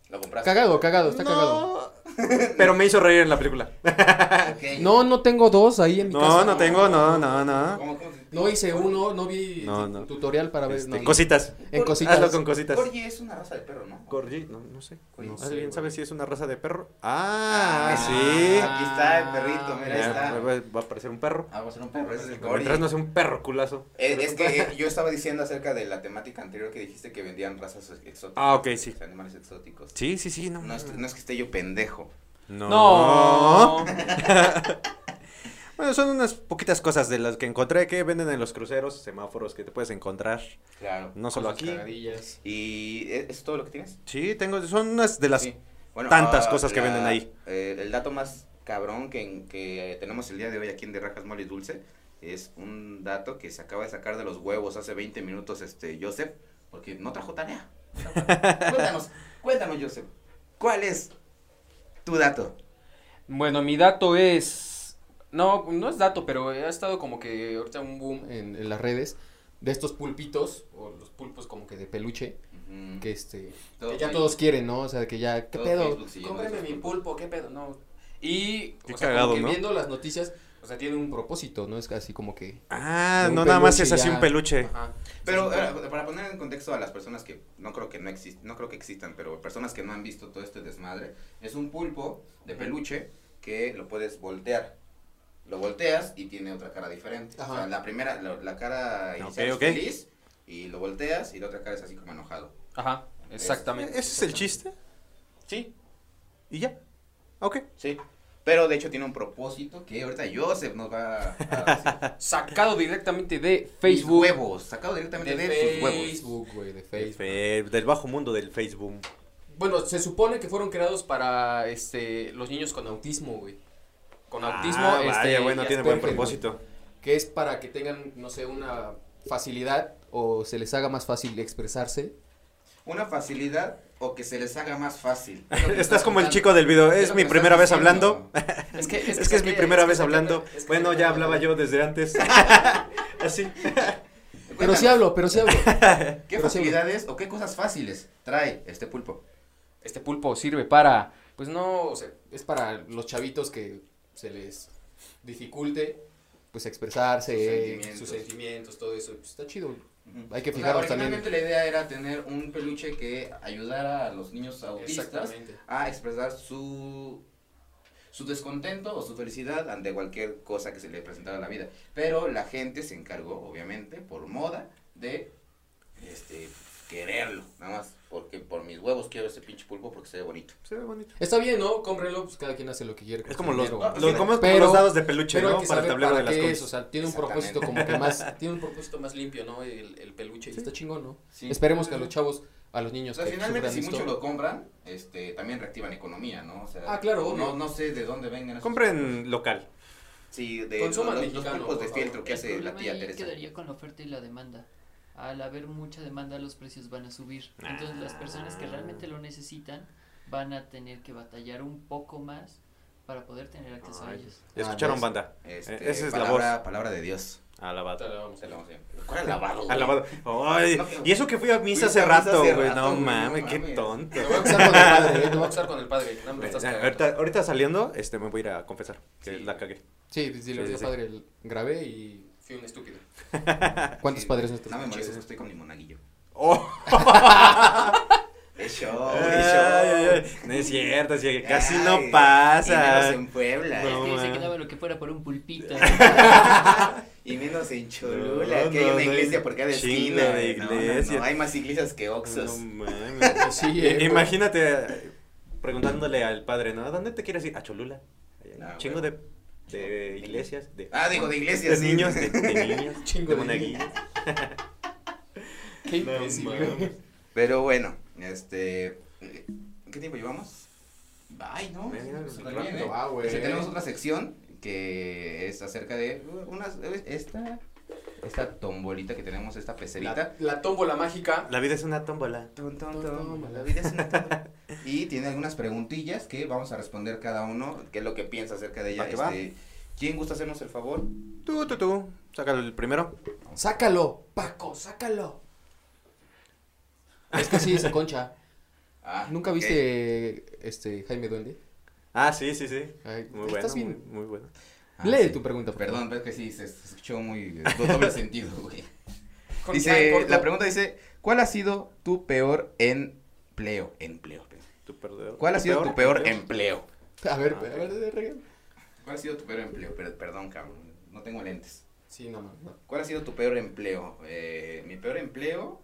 Lo compraste. Cagado, cagado, está cagado. Pero me hizo reír en la película. Ok. No, no tengo dos ahí en mi casa. No, no tengo, no, no, no. ¿Cómo, cómo se- No hice uno, no vi No, tu- no. tutorial para ver. Este, no. Cositas. En cositas. Hazlo con cositas. Corgi es una raza de perro, ¿no? Corgi, no, no sé. Corgi, No, sí, ¿Alguien güey. sabe si es una raza de perro? Ah, Ah, sí. Aquí está el perrito, mira, ahí Ya, está. va va a aparecer un perro. Ah, va a ser un perro, ese es el Corgi. Mientras no sea un perro culazo. Eh, Es, que eh, yo estaba diciendo acerca de la temática anterior que dijiste que vendían razas exóticas. Ah, ok, sí. O sea, Animales exóticos. Sí, sí, sí, no. este No es, no es que esté yo pendejo. No. No. Bueno, son unas poquitas cosas de las que encontré que venden en los cruceros, semáforos que te puedes encontrar. Claro. No solo aquí. Cagadillas. ¿Y eh, es todo lo que tienes? Sí, tengo, son unas de las Sí. Bueno, tantas ah, cosas que la- venden ahí. eh, el dato más cabrón que, en- que tenemos el día de hoy aquí en De Rajas Mole y Dulce es un dato que se acaba de sacar de los huevos hace 20 minutos, este, Joseph, porque no trajo tarea. cuéntanos, cuéntanos, Joseph, ¿cuál es tu dato? Bueno, mi dato es. No, no es dato, pero ha estado como que ahorita un boom. En, en las redes de estos pulpitos, o los pulpos como que de peluche, que este. Todo que ya Facebook. todos quieren, ¿no? O sea, que ya. ¿Qué Todo pedo? Facebook siguiendo Cómprame esos mi pulpos. pulpo, qué pedo, no. Y. Qué o sea, como cagado, que ¿no? viendo- Viendo las noticias, o sea, tiene un propósito, ¿no? Es así como que. Ah, De un no, nada más peluche es así ya. un peluche. Ajá. Pero eh, para poner en contexto a las personas que no creo que no existen, no creo que existan, pero personas que no han visto todo este desmadre, es un pulpo de peluche que lo puedes voltear. Lo volteas y tiene otra cara diferente. O Ajá. sea, la primera, la, la cara inicial Ok, ok. es feliz y lo volteas y la otra cara es así como enojado. Ajá, exactamente. ¿E-, ¿Ese es el chiste? Sí, Y ya. Ok. sí. Pero de hecho tiene un propósito que ahorita Joseph nos va a, a decir. Sacado directamente de Mis Facebook. huevos, sacado directamente de, sus huevos. Facebook, güey, de Facebook. Fe- Del bajo mundo del Facebook. Bueno, se supone que fueron creados para este los niños con autismo, güey. Con autismo, Ah, este, vaya, bueno, y tiene buen Asperger, propósito. Que es para que tengan, no sé, una facilidad o se les haga más fácil expresarse. Una facilidad o que se les haga más fácil. Estás como el chico del video. Es Es lo mi que primera estás vez diciendo. hablando. güey. Es que es, Es que es mi saqué- primera que vez saqué- hablando. es que Bueno, saqué- ya hablaba yo desde antes. Así. Pero sí hablo, pero sí hablo. ¿Qué Pero sí, facilidades o qué cosas fáciles trae este pulpo? este pulpo sirve para, pues no, o sea, Es para los chavitos que se les dificulte, pues, expresarse, Sentimientos. sus sentimientos, todo eso. Pues, está chido. Ujú. Hay que O sea, fijarnos también. originalmente la idea era tener un peluche que ayudara a los niños autistas Exactamente. a expresar su su descontento o su felicidad ante cualquier cosa que se le presentara en la vida. Pero la gente se encargó, obviamente, por moda, de este quererlo, nada más, porque por mis huevos quiero ese pinche pulpo porque se ve bonito. Se ve bonito. Está bien, ¿no? Cómprenlo, pues cada quien hace lo que quiere. con Es su como los, dinero, los, güey. lo- como- como Pero- los dados de peluche, Pero hay ¿no? que Para el saber tablero para de las qué comics. es, o sea, tiene un Exactamente. propósito como que más, Tiene un propósito más limpio, ¿no? El, el peluche. está chingón, ¿no? Sí. Esperemos que a los chavos, a los niños O sea, que finalmente si sufran muchos esto- lo compran, este, también reactivan economía, ¿no? O sea, Ah, claro, obvio. no, no sé de dónde vengan esos pulpos. Compren local. Sí, de los, Consuman los- los mexicano, pulpos de por favor. fieltro que El hace la problema tía ahí Teresa. quedaría con la oferta y la demanda. Al haber mucha demanda, los precios van a subir. Entonces, las personas que realmente lo necesitan van a tener que batallar un poco más para poder tener acceso a Ay, ellos. ¿Ya Ah, escucharon, ves. banda? Este, Eh, Esa es la voz. palabra, palabra de Dios. Alabado. Ahorita la vamos a- Se la vamos a llamar. ¿Cuál alabado? güey? Alabado. Ah, Ay, No, pero- y eso que fui a Fui a misa hace misa rato, hace güey. rato, No güey, no mames, qué mames. tonto. Te voy a acusar con el padre, ¿eh? Te voy a acusar con el padre. No, me estás Ya, cagando. Ahorita, ahorita saliendo, este, me voy a ir a confesar que Sí. la cagué. Sí, pues, Sí, dile ahorita, sí. padre, el- grabé y... Fui un estúpido. ¿Cuántos Sí. padres no estás No me escuchando? molestes, estoy con limonaguillo. Oh, Es show, ay, es show. ay, ay. No es cierto, así que casi Ay, no Y pasa. menos en Puebla. No, es que ma. se quedaba lo que fuera por un pulpito. Y menos en Cholula, No, que hay no, una no, iglesia por cada chingo esquina. de No, no, no, iglesias. Hay más iglesias que No Oxos. mames. Sí, I- eh, Imagínate eh, preguntándole al padre, ¿no? ¿A dónde te quieres ir? A Cholula. Hay un Ah, chingo bueno. de, de iglesias. De, Ah, digo, de de iglesias. sí. niños, de, de niños, Chingo de de monaguillos. Qué imbécil, No güey. mames. Pero bueno, este. ¿Qué tiempo llevamos? Ay, no. Pues, Venga, se rápido viene. va, ah, güey. Este, tenemos otra sección que es acerca de unas eh, esta esta tombolita que tenemos esta La, pecerita. la tómbola mágica. La vida es una tómbola. Tom, tom, Tom, tom, tómbola. la vida es una tómbola. y tiene algunas preguntillas que vamos a responder cada uno, qué es lo que piensa acerca de ella. Va que va. Este, ¿Quién gusta hacernos el favor? Tú, tú, tú. Sácalo el primero. ¡Sácalo, Paco, sácalo! Es que sí, se concha. Ah, ¿Nunca ok. viste este Jaime Duende? Ah, sí, sí, sí. Ay, Muy bueno. estás muy- bien. Muy, bueno. Ah, Lee sí. tu pregunta, por Perdón, pero es que sí, se escuchó muy doble sentido, güey. Con plan Dice, corto. la pregunta dice, ¿cuál ha sido tu peor empleo? Empleo. Tu perdedor. ¿Cuál ha ¿Tu sido tu peor empleo? empleo? favor. A ver, Ah, a ver, de- de- ¿Cuál ha sido tu peor empleo? Per- perdón, cabrón, no tengo lentes. Sí, no, no, no. ¿Cuál ha sido tu peor empleo? Eh, mi peor empleo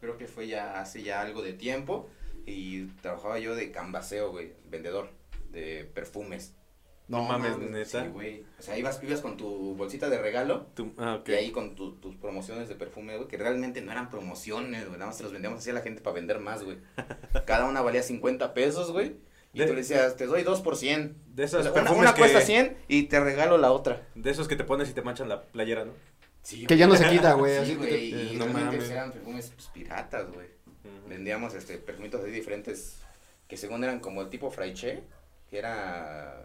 creo que fue ya hace ya algo de tiempo y trabajaba yo de cambaseo, güey, vendedor de perfumes. No mames, mames, neta. Sí, güey. O sea, ibas, ibas con tu bolsita de regalo Tu- ah, ok. em? y ahí con tu- tus promociones de perfume, güey, que realmente no eran promociones, güey, nada más se los vendíamos así a la gente para vender más, güey. Cada una valía 50 pesos, güey. Y De- tú le decías, te doy dos por 100. De O esos sea, una perfumes una que, cuesta 100 y te regalo la otra. De esos que te pones y te manchan la playera, ¿no? Sí, Que ya no se quita, güey. Sí, así que te- güey, y eh, no realmente mames. eran perfumes pues, piratas, güey. Ujú. Vendíamos este, perfumitos así diferentes que según eran como el tipo Fraiche, que era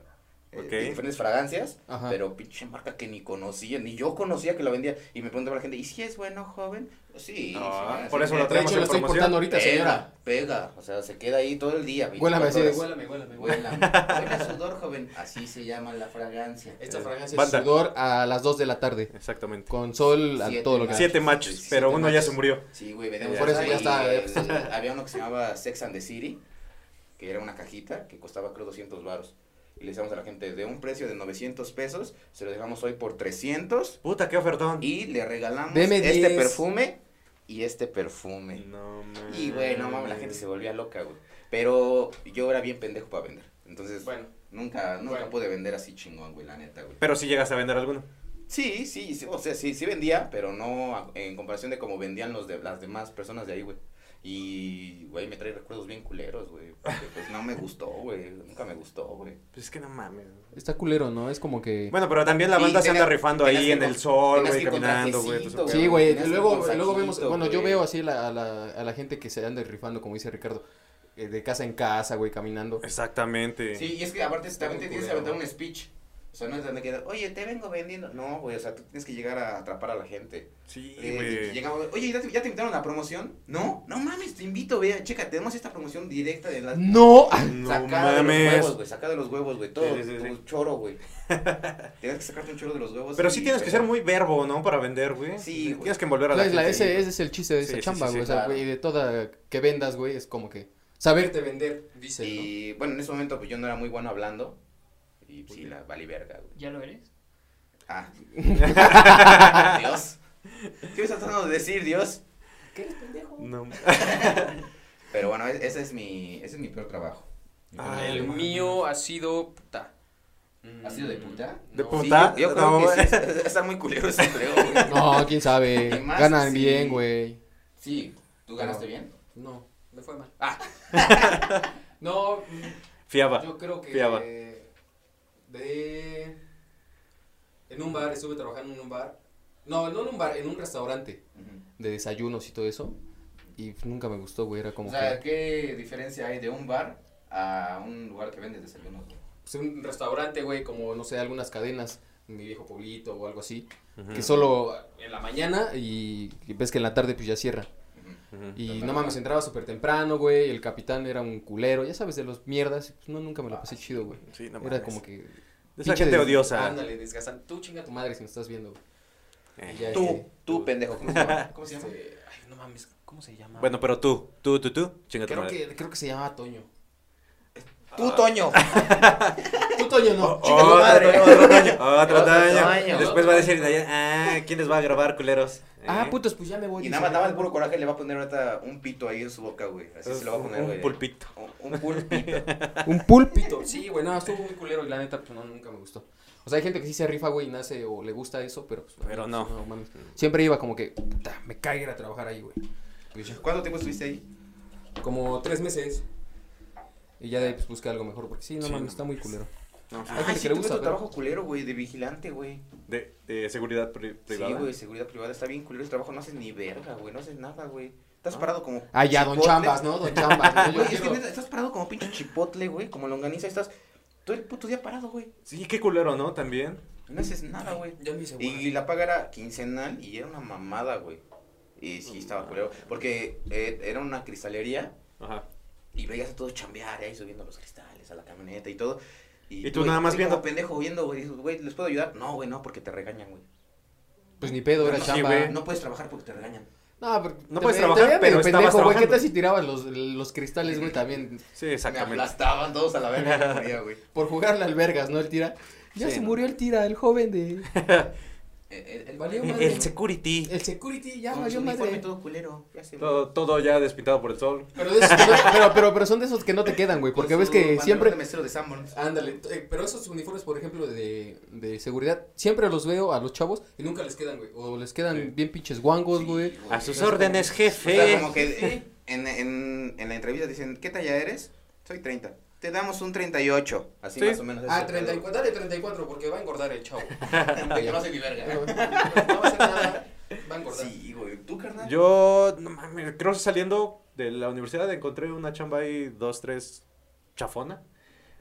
eh, Ok. diferentes fragancias, Ajá. pero pinche marca que ni conocía, ni yo conocía que la vendía. Y me preguntaba la gente, ¿y si es bueno, joven? Sí. No, sí, por sí, eso mira, lo De traemos hecho, lo en estoy promoción. importando ahorita, pega, señora. Pega, o sea, se queda ahí todo el día. Huélame así de 24 horas. Huélame, huélame, huélame. Huélame, huele a sudor, joven. Así se llama la fragancia. Esta fragancia Banda. Sudor a las 2 de la tarde. Exactamente. Con sol a Siete todo lo que... más. Siete machos, Siete pero uno ya machos. se murió. Sí, güey, vendemos Por esa eso ya y está, eh. el- ya está. había uno que se llamaba Sex and the City, que era una cajita que costaba creo 200 varos. Y le decíamos a la gente, de un precio de 900 pesos, se lo dejamos hoy por 300 Puta, qué ofertón. y le regalamos Deme este 10. perfume y este perfume. No mames. Y güey, no mames, la gente se volvía loca, güey. Pero yo era bien pendejo para vender. Entonces, Bueno, nunca nunca Bueno. pude vender así chingón, güey, la neta, güey. Pero si llegas a vender alguno. Sí, sí, sí, o sea, sí, sí vendía, pero no a- en comparación de cómo vendían los de, las demás personas de ahí, güey. Y, güey, me trae recuerdos bien culeros, güey. porque, Pues no me gustó, güey. Nunca me gustó, güey. Pues es que no mames. Está culero, ¿no? Es como que... Bueno, pero también la banda Y se anda tenías- rifando tenías ahí que en con- el sol, tenías güey, que ir con caminando, güey. trajecito, pues, Sí, güey, Tenías que ir luego, con luego vemos, saquito, bueno, yo güey. veo así la- a, la, a la gente que se anda rifando, como dice Ricardo, eh, de casa en casa, güey, caminando. Exactamente. Sí, y es que aparte también te tienes que aventar un speech. O sea, no es donde queda, oye, te vengo vendiendo. No, güey, o sea, tú tienes que llegar a atrapar a la gente. Sí, Eh, y llegamos, oye, ¿ya te, ya te invitaron a la promoción? No, no mames, te invito, vea, checa, tenemos esta promoción directa de las... No. No Sacada de los mames. huevos, güey, saca de los huevos, güey, todo, Sí, sí, sí. tu choro, güey. tienes que sacarte un choro de los huevos. Pero y- sí tienes que ser muy verbo, ¿no? Para vender, güey. Sí, güey. Tienes que envolver a la La, ¿eh? la- gente. ese, ese es el chiste de Sí, esa sí, chamba, sí, sí, güey. o sea, claro. güey, de toda que vendas, güey, es como que saberte vender, dice. Y bueno, en ese momento pues yo no era muy bueno hablando. Y sí, la valí verga, güey. ¿Ya lo eres? Ah. Dios. ¿Qué me estás tratando de decir, Dios? No. Pero bueno, e- ese es mi, ese es mi peor trabajo. Mi peor Ah, trabajo. El mames. mío ha sido puta. Mm, ¿Ha sido de puta? De no. puta. Sí, yo, yo creo No, que sí, es- es- está muy culero ese empleo, güey. No, quién sabe. Y más Ganan si- bien, güey. Sí, ¿tú ganaste bien? No, me fue mal. Ah. no, mm, Fiaba. yo creo que Fiaba. de en un bar, estuve trabajando en un bar. No, no en un bar, en un restaurante. De desayunos y todo eso. Y nunca me gustó, güey. Era como O sea, que. ¿qué diferencia hay de un bar a un lugar que vende desayunos? güey? Pues un restaurante, güey, como no sé, algunas cadenas, mi viejo pueblito o algo así, Ujú. que Que son solo en la mañana y, y ves que en la tarde pues ya cierra. Ujú. Ujú. Y no mames, entraba súper temprano, güey. El capitán era un culero, ya sabes, de los mierdas. y, Pues no, nunca me la pasé chido, güey. Sí, no Era mames. como que. Esa pinche gente des- odiosa. ándale, desgastando. Tú chinga Tu tu madre. madre, si me estás viendo, güey. Eh. Y ya, Tú, este, tú, pendejo, ¿cómo se llama? ¿Cómo se llama? Este, ay, no mames, ¿cómo se llama? Bueno, pero tú, tú, tú, tú, chinga tu Creo madre. que, creo que se llamaba Toño. Tú, Toño. Tú, Toño, Oh, no. tu otro madre. daño, otro daño, otro Otro daño. daño. Después va a decir, Dayan, ah, ¿quién les va a grabar, culeros? Ah, Eh. putos, pues ya me voy. Y dice. nada más, nada más el puro coraje le va a poner ahorita un pito ahí en su boca, güey. Así se lo va a poner, Un güey. pulpito. Un, un pulpito. Un pulpito. Sí, güey, no, estuvo muy culero y la neta, pues no, nunca me gustó. O sea, hay gente que sí se rifa, güey, y nace o le gusta eso, pero. pues, a mí, Pero pues, no. mames. Siempre iba como que, puta, me cague ir a trabajar ahí, güey. Pues ya. ¿Cuánto tiempo estuviste ahí? Como tres meses. Y ya de ahí pues busqué algo mejor, porque sí, no Sí, mames, no está muy culero. No, sí. Hay gente que le tuve gusta, tu pero- trabajo culero, güey, de vigilante, güey. De, de seguridad pri- Sí, privada. güey, seguridad privada. Está bien culero el trabajo. No haces ni verga, güey. No haces nada, güey. Estás parado como. Ah, ya, Don chipotle. Chambas, ¿no? Don Chambas. ¿no? Ah, Yo Güey, es que quiero- neta, estás parado como pinche chipotle, güey. Como longaniza. Estás todo el puto día parado, güey. Sí, qué culero, ¿no? También. No haces nada, güey. Ya me hice Y la paga era quincenal y era una mamada, güey. Y sí, estaba culero. Porque eh, era una cristalería Ajá. y veías a todos chambear ahí subiendo los cristales a la camioneta y todo. Y tú güey, nada más así como viendo. pendejo viendo, güey. Dices, güey, ¿les puedo ayudar? No, güey, no, porque te regañan, güey. Pues ni pedo, era Sí, chamba. güey. No puedes trabajar porque te regañan. No, pero No te puedes ve- te trabajar, veía pero medio estabas pendejo, güey. ¿Qué trabajando. tal si tirabas los, los cristales, güey, también? Sí, Me exactamente. aplastaban todos a la verga y me moría, güey. Por jugarle al vergas, ¿no? El tira. Ya Sí, se no. murió el tira, el joven de... El, el, el- Valió el- madre. el- El security. El security, ya, con su valió uniforme madre. todo culero. Ya se Todo, todo ya despintado por el sol. Pero, de esos que no- pero, pero, pero son de esos que no te quedan, güey, porque Con ves su que pantalón siempre... de mesero de Sanborns. Ándale, t- eh, pero esos uniformes, por ejemplo, de, de seguridad, siempre los veo a los chavos y nunca les quedan, güey. O les quedan Sí. bien pinches guangos, Sí, güey. güey. A sus órdenes, jefe. O sea, como que eh, en, en, en la entrevista dicen, ¿qué talla eres? Soy 30. Te damos un 38. Así Sí. más o menos. es Ah, el pedo. 34, dale 34 porque va a engordar el chavo. Güey, que no hace ni verga. No va a hacer nada, va a engordar. Sí, güey. ¿Tú, carnal? Yo, no mames, creo que saliendo de la universidad encontré una chamba ahí, dos, tres, chafona.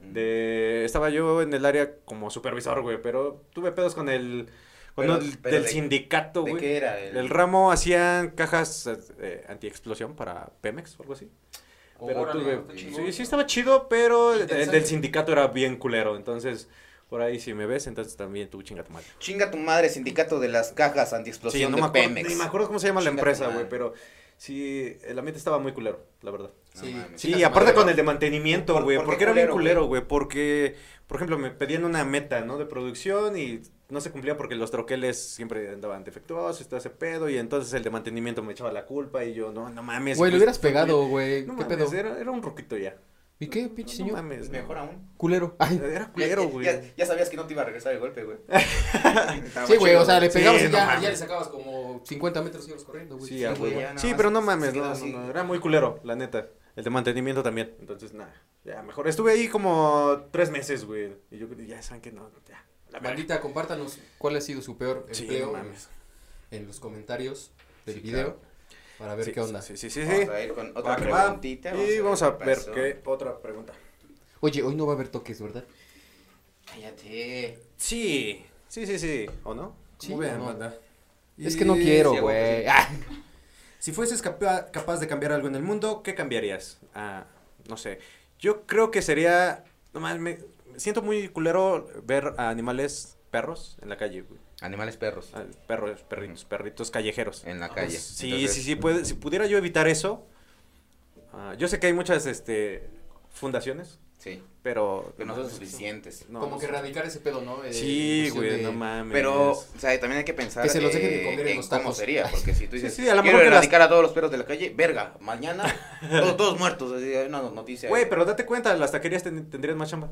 Mm. De, estaba yo en el área como supervisor, güey, pero tuve pedos con el, con Pero- el pero del de- sindicato, ¿De qué güey. era? El ramo hacían cajas eh, antiexplosión para Pemex o algo así. Oh, Pero Órale, tuve- está chingón. sí, sí estaba chido, pero el, el del Interesante. sindicato era bien culero, entonces por ahí si me ves, entonces también tú chinga tu madre. Chinga tu madre, sindicato de las cajas Sí, antiexplosión no de me acuerdo, Pemex. ni me acuerdo cómo se llama la Chinga tu empresa, madre. güey, pero sí, el ambiente estaba muy culero, la verdad. No Sí, mames. Sí, Chinga tu aparte madre. con el de mantenimiento, ¿Por- güey, por qué porque era bien culero, culero, güey, porque, por ejemplo, me pedían una meta, ¿no?, de producción y no se cumplía porque los troqueles siempre andaban defectuosos y todo ese pedo, y entonces el de mantenimiento me echaba la culpa y yo, no, no mames. Güey, lo pues, hubieras fue- pegado, güey. No ¿Qué mames, pedo? Era, era un roquito ya. ¿Y qué, No pinche señor? mames, Ah, no. Mejor aún. Culero. Ay. Era culero, Ya- güey. Ya, ya sabías que no te iba a regresar el golpe, güey. Sí, güey, o sea, le Sí, pegabas y no ya, mames. ya le sacabas como 50 metros y ibas corriendo, güey. Sí, a güey, huevo. ya nada Sí, más pero no se mames, quedó no, así. no, no, era muy culero, la neta. El de mantenimiento también, entonces nada, ya mejor. Estuve ahí como tres meses, güey, y yo ya saben que no, ya, la verga. Bandita, compártanos cuál ha sido su peor Sí, empleo no mames. en los comentarios del Sí, video para ver Sí, qué onda. Sí, sí, sí, sí. Vamos a ir con otra Va que va. preguntita. Y vamos a ver pasó. qué otra pregunta. Oye, hoy no va a haber toques, ¿verdad? Cállate. Sí, sí, sí, sí. ¿O no? Sí, Muy bien, no. banda. Es Y que no quiero, sí, a huevo que güey. sí. Ah. Si fueses capa- capaz de cambiar algo en el mundo, ¿Qué cambiarías? Ah, no sé. Yo creo que sería. Nomás me me siento muy culero ver a animales perros en la calle, güey. Animales perros. Ah, Perros, perritos, perritos callejeros. En la calle. Ah, Sí, Entonces, sí, sí, puede- si pudiera yo evitar eso. ah, yo sé que hay muchas este, fundaciones, Sí. pero. Pero no son suficientes. no, Como no que sé. erradicar ese pedo, ¿no? Eh, Sí, cuestión güey, de- no mames. Pero, o sea, también hay que pensar Que se los dejen de eh, comer en en los cómo tacos. sería, porque si tú dices, sí, a lo quiero mejor que las- erradicar a todos los perros de la calle, verga, mañana todos, todos muertos, así, hay una noticia. Güey, pero date cuenta, las taquerías ten- tendrían más chamba.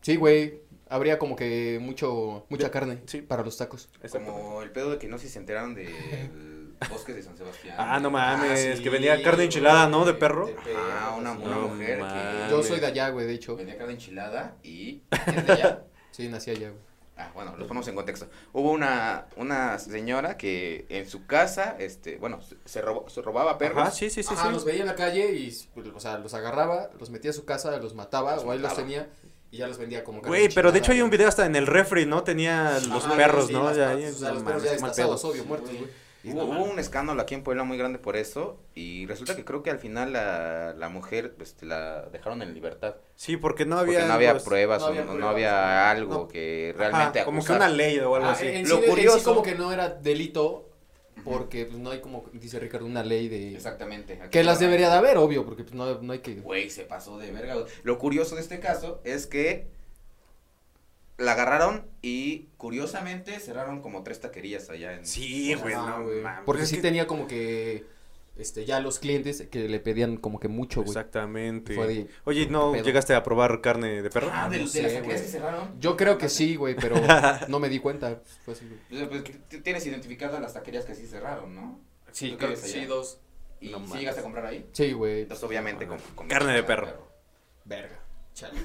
Sí, güey. Habría como que mucho, mucha carne sí. para los tacos. Como el pedo de que no sé si se enteraron del bosque de San Sebastián. Ah, no mames, sí, que vendía carne enchilada, ¿no? De perro. Ah, una, una No mujer mames. que Yo soy de allá, güey, de hecho. vendía carne enchilada y... ¿Es de allá? Sí, nací allá, güey. Ah, bueno, los ponemos en contexto. Hubo una, una señora que en su casa, este, bueno, se- se, robó- se robaba perros. Ajá, sí, sí, sí. Ajá, sí. los veía en la calle y, pues, o sea, los agarraba, los metía a su casa, los mataba, Los o ahí los mataba. tenía y ya los vendía como carne Güey, pero de hecho enchilada, hay un güey. video hasta en el refri, ¿no? Tenía los Ajá, perros, sí, ¿no? las Ya, patas, ya, o sea, no los mames, perros ya qué mal pedo. destazados, obvio, muertos, güey. Hubo, hubo un escándalo aquí en Puebla muy grande por eso y resulta que creo que al final la, la mujer este, la dejaron en libertad. Sí, porque no Porque había. no había los- pruebas, no o no había no pruebas. había algo No. que Ajá, realmente Como que acusar. una ley o algo Ah, así. en Lo sí, en sí curioso- como que no era delito porque pues no hay como dice Ricardo una ley de Exactamente. Aquí que las no hay. debería de haber, obvio, porque pues no, no hay que Güey, se pasó de verga. güey. Lo curioso de este caso es que la agarraron y curiosamente cerraron como tres taquerías allá en... Sí, güey, Ajá, no güey. mames. Porque Es sí que- tenía como que este ya los clientes que le pedían como que mucho, güey. Exactamente. Fue de- Oye, ¿no ¿qué pedo? llegaste a probar carne de perro? Ah, de, no de las sé, taquerías que güey. cerraron. Yo creo que sí, güey, pero no me di cuenta. Fue así, güey. Pues, pues, t- tienes identificadas las taquerías que sí cerraron, ¿no? Sí, ¿Tú creo que vives allá? sí, dos. ¿Y No si mames. llegas a comprar ahí? Sí, güey. Entonces, obviamente, Ajá. con, con Carne de perro. Verga. Chale.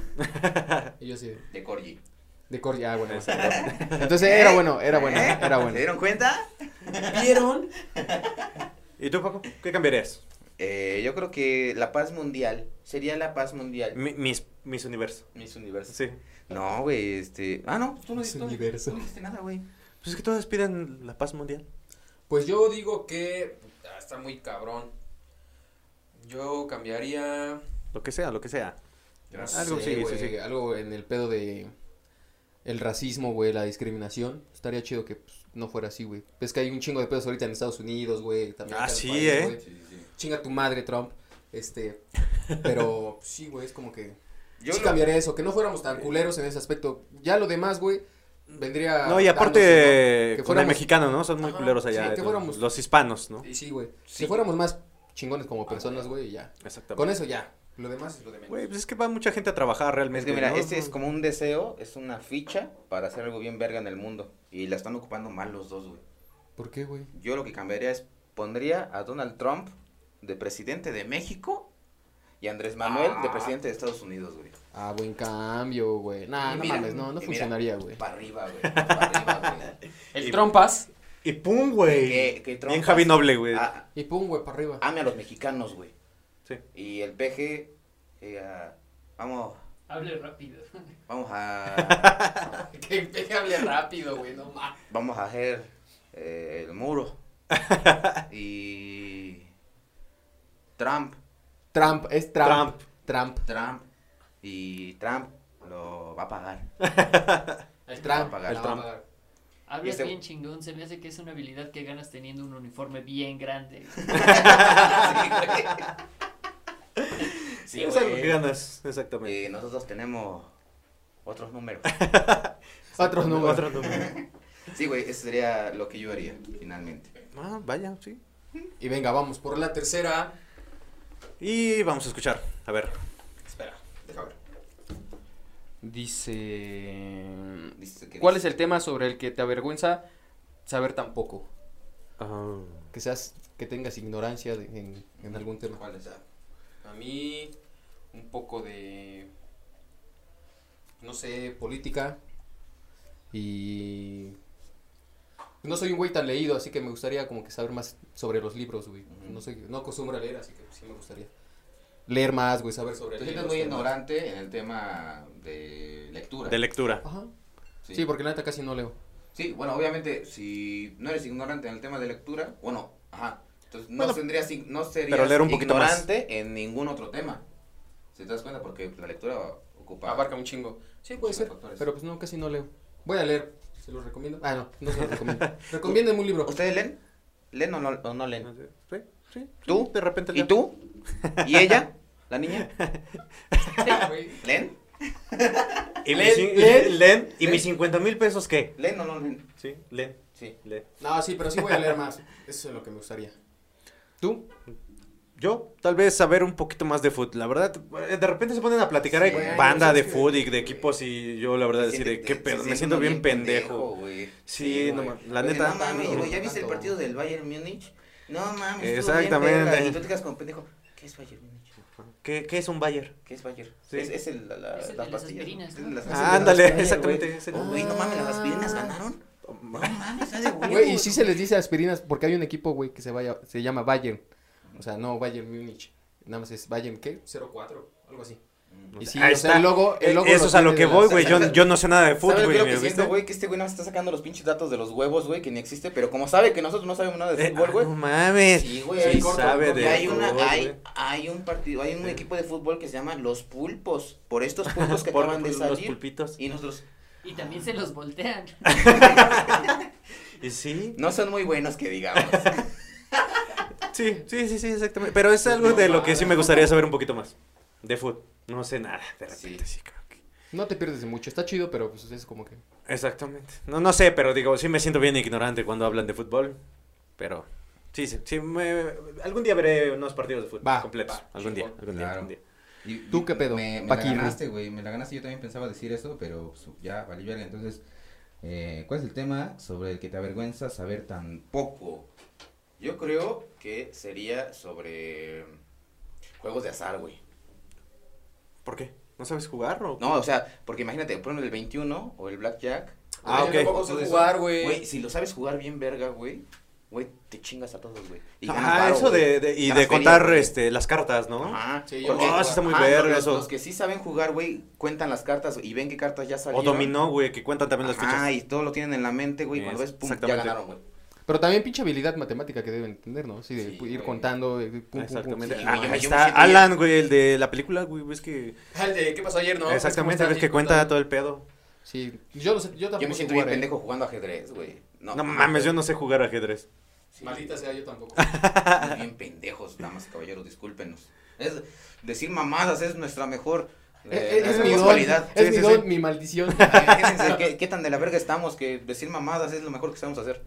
Y yo así de- De corgi. de corte, ah, bueno. más. Entonces era bueno, era bueno, ¿Eh? era ¿Se bueno. dieron cuenta? ¿Vieron? ¿Y tú, Paco? ¿Qué cambiarías? Eh, yo creo que la paz mundial sería la paz mundial. Mi- mis, mis universos. Mis universos. Sí. No, güey, este. Ah, no, tú no Mis dijiste tú no- universo. tú no dijiste nada, güey. Pues es que todos piden la paz mundial. Pues yo digo que puta, está muy cabrón. Yo cambiaría. Lo que sea, lo que sea. no Ah, Algo sé, sí, sí, güey, sí. Algo en el pedo de el racismo, güey, la discriminación. Estaría chido que pues, no fuera así, güey. Es que hay un chingo de pedos ahorita en Estados Unidos, güey. también Ah, acá en el sí, país, ¿eh? güey. Chinga tu madre, Trump. Este, pero sí, güey, es como que Yo sí lo- cambiaría eso, que no fuéramos tan culeros en ese aspecto. Ya lo demás, güey, vendría No, y dándose, ¿no? aparte Que con el fuéramos- mexicano, ¿no? Son muy Ajá, culeros sí, allá. que fuéramos- Los hispanos, ¿no? Y Sí, güey. Sí. Si fuéramos más chingones como personas, güey, y ya. Exactamente. Con eso ya. Lo demás es lo de menos. Güey, pues es que va mucha gente a trabajar realmente. Es que mira, ¿no? este es como un deseo, es una ficha para hacer algo bien verga en el mundo. Y la están ocupando mal los dos, güey. ¿Por qué, güey? Yo lo que cambiaría es pondría a Donald Trump de presidente de México y a Andrés Manuel Ah. de presidente de Estados Unidos, güey. Ah, buen cambio, güey. Nah, Y no mira, mames, no, no y mira, funcionaría, güey. Para arriba, güey. Para arriba, güey. El trompas. Y pum, güey. Que- que Bien trompas. Javi Noble, güey. Ah, Y pum, güey, para arriba. ame a los mexicanos, güey. Sí. Y el peje, eh, ah, vamos, Hable rápido. vamos a, Que empeje a hablar rápido, güey, no mames. vamos a hacer eh, el muro. Y Trump, Trump, es Trump. Trump. Trump. Trump y Trump lo va a pagar. Va El a Trump. pagar. El Trump. Hablas Este- bien chingón, se me hace que es una habilidad que ganas teniendo un uniforme bien grande. Sí, güey. Sí, es güey. algo que ganas, exactamente. Eh, nosotros tenemos otros números. Otros números. Otro número. Sí, güey, eso sería lo que yo haría, finalmente. Ah, vaya, sí. Y venga, vamos por la tercera. Y vamos a escuchar. A ver. Espera, déjame ver. Dice... que ¿Cuál es dice- el tema sobre el que te avergüenza saber tan poco? Ah, Que seas, que tengas ignorancia de- en, en algún tema. ¿Cuál es? A mí, un poco de. No sé. Política. Y. No soy un güey tan leído, así que me gustaría como que saber más sobre los libros, güey. No soy, no acostumbro a leer, así que sí me gustaría. leer más, güey, saber sobre Te libros, sientes muy temas. ignorante en el tema de lectura. De lectura. Ah. Ajá. Sí. Sí. porque la neta casi no leo. Sí, bueno, obviamente, si no eres ignorante en el tema de lectura, bueno, ajá. Entonces no, Bueno, tendrías ig- no serías pero leer un poquito más. ignorante en ningún otro tema. Si te das cuenta, porque la lectura ocupa. Abarca un chingo. Sí, puede Sí, ser, factores. pero pues no, casi no leo. Voy a leer, se los recomiendo. Ah, no, no se los recomiendo. Recomienden un libro. ¿Ustedes leen? ¿Leen o no, o no leen? Sí, sí. ¿Tú? De repente ¿Y leo. tú? ¿Y ella? ¿La niña? güey. ¿Leen? ¿Y mis Len, cin- len. Len, ¿Y mis 50 mil pesos qué? ¿Leen o no leen? Sí, Len. Sí. Len. No, sí, pero sí voy a leer más. Eso es lo que me gustaría. ¿Tú? Yo, tal vez saber un poquito más de food. La verdad, eh, de repente se ponen a platicar Sí, hay güey, banda no sé de qué- food y de equipos y yo la verdad Se decir, de siente- qué pedo, se me siente siento uno bien pendejo. güey. Sí, no güey. mames, la Oye, neta. No mames, Tanto, güey, ¿ya viste el tanto. partido del Bayern Múnich? No mames. estuvo bien Exactamente. verga. Y tú te quedas como pendejo. ¿Qué es Bayern Múnich? ¿Qué, qué es un Bayer? ¿Qué es Bayer? Sí. Es, es el, la, la, Es el las de las pastillas. aspirinas, Es de ¿no? Ah. las- Ah, Ah, ándale, Bayer, exactamente. ese- Oh, güey, no mames, las aspirinas ganaron. No mames, está de huevos. Güey, y sí se les dice aspirinas porque hay un equipo, güey, que se, vaya, se llama Bayern. O sea, no Bayern Múnich. Nada más es Bayern, ¿qué? 04, algo así. Y sí, Ahí o sea, el está. logo, el logo Eh, Eso lo es a lo tiene que de voy, las- güey. Yo, yo no sé nada de food, ¿Sabes güey. qué es lo ¿me que siento, viste? güey? Que este güey nada más está sacando los pinches datos de los huevos, güey, que ni existe. Pero como sabe que nosotros no sabemos nada de Eh, fútbol, ah, güey. no mames. Sí, güey. Sí, hay- corto, sabe corto. de Y hay, una, fútbol, hay, güey. hay un partido, hay un equipo de fútbol que se llama Los Pulpos. Por estos pulpos que Por acaban de los salir. pulpitos. Y nosotros, Y también se los voltean. Y sí, no son muy buenos que digamos. sí, sí, sí, sí, exactamente. Pero es algo de lo que sí me gustaría saber un poquito más. De food. No sé nada, de repente sí, creo que. No te pierdes de mucho, está chido, pero pues es como que... Exactamente. No, no sé, pero digo, sí me siento bien ignorante cuando hablan de fútbol. Pero sí, sí, sí me- algún día veré unos partidos de fútbol Va, completos. va, algún día, algún día, Claro. algún día. Y- ¿Tú y qué pedo, Me, me la Paquirri? ganaste, güey. Me la ganaste. Yo también pensaba decir eso, pero pues, ya, vale, verga. Entonces, eh, ¿cuál es el tema sobre el que te avergüenza saber tan poco? Yo creo que sería sobre juegos de azar, güey. ¿Por qué? ¿No sabes jugar o No, o sea, porque imagínate, por ejemplo, el 21 o el Blackjack. Ah, Güey, ok. yo tampoco sé Vamos a de eso. jugar, güey. Güey, si lo sabes jugar bien, verga, güey. Güey, te chingas a todos, güey. Y ganas Ah, varo, eso güey. de, de- Ganas y de feria, contar güey. este las cartas, ¿no? Ajá. Sí, yo Porque- lo- Ah, sí está muy ajá, verga los- eso. Los que sí saben jugar, güey, cuentan las cartas y ven qué cartas ya o salieron. dominó, güey, que cuentan también las Ah, fichas. y todo lo tienen en la mente, güey. Cuando Es- ves, pum, ya exactamente. ganaron, güey. Pero también pinche habilidad matemática que deben entender, ¿no? Sí, de Sí, pu- ir güey. contando, eh, pum, pum, pum. Exactamente. sí, Ah, güey, yo me ahí está siento bien. Alan, güey, el de la película, güey, ves que Ah, el de ¿Qué pasó ayer, no? exactamente, ¿Cómo ves estás? que cuenta todo el pedo. Sí, yo, lo sé, yo tampoco Yo me siento jugar, bien ¿eh? pendejo jugando ajedrez, güey. No, No mames, yo no sé jugar ajedrez. Sí, Maldita sea, yo tampoco. Eh, estamos bien pendejos, damas y caballeros, discúlpenos. Es decir mamadas es nuestra mejor Eh, eh, eh, es nuestra mi mejor don, cualidad. es Sí, Ah, mi sí, don, sí. mi maldición. Fíjense qué, qué tan de la verga estamos que decir mamadas es lo mejor que sabemos hacer.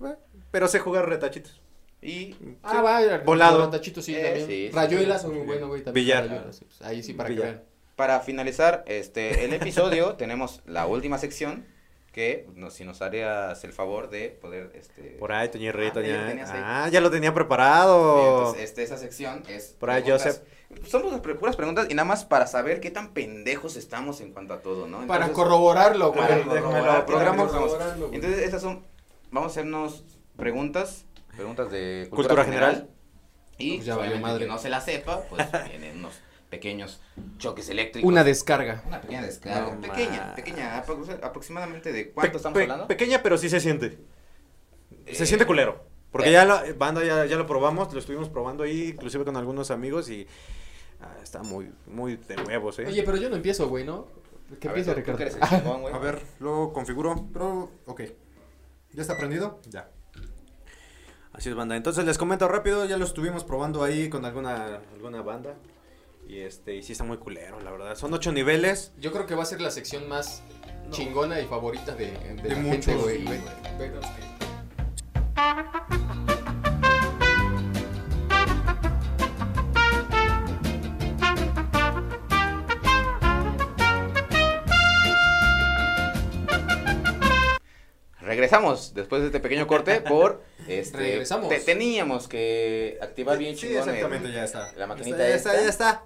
Pero sé jugar retachitos. Y Ah, va, Volado. Tachito, sí, Eh, también. sí, sí. Rayuelas son muy bueno, güey, también. Billar. Rayuelas, sí, pues, ahí sí, para Billar. que vean. para finalizar este el episodio tenemos la última sección que nos- si nos harías el favor de poder este Por ahí, Toñi Rey, Ah, ya lo Toña. tenías ahí. Ah, ya lo tenía Oh. preparado. Entonces, este, esa sección es. Por ahí, preguntas- Son puras pre- puras preguntas y nada más para saber qué tan pendejos estamos en cuanto a todo, ¿no? Para Entonces- corroborarlo, güey. Para Déjame corroborar, lo claro, programo. programo. Corroborarlo, güey. Entonces, estas son. Vamos a hacernos preguntas. Preguntas de cultura, Cultura general. general. Y Pues ya valió obviamente madre. que no se la sepa, pues vienen unos pequeños choques eléctricos. Una descarga. Una pequeña descarga. No pequeña, más. pequeña. apro- Aproximadamente de cuánto Pe- estamos pe- hablando. Pequeña, pero sí se siente. Se Eh, siente culero. Porque eh. ya la banda ya, ya lo probamos, lo estuvimos probando ahí, inclusive con algunos amigos y ah, está muy, muy de huevos, eh. Oye, pero yo no empiezo, güey, ¿no? Eh, ¿Qué A ver, empieza, tú- tú Ricardo? que eres el Ah, chingón, güey. A ver, lo configuro. Pero, ok. ¿Ya está prendido? Ya. Así es, banda. Entonces les comento rápido, ya lo estuvimos probando ahí con alguna, alguna banda. Y este, y sí está muy culero, la verdad. Son ocho niveles. Yo creo que va a ser la sección más chingona y favorita de, de, la muchos, gente, güey. sí, güey. Regresamos después de este pequeño corte por este Regresamos. te- teníamos que activar bien Sí, chingón el- exactamente, ya está. la maquinita Ya está, ya esta. está.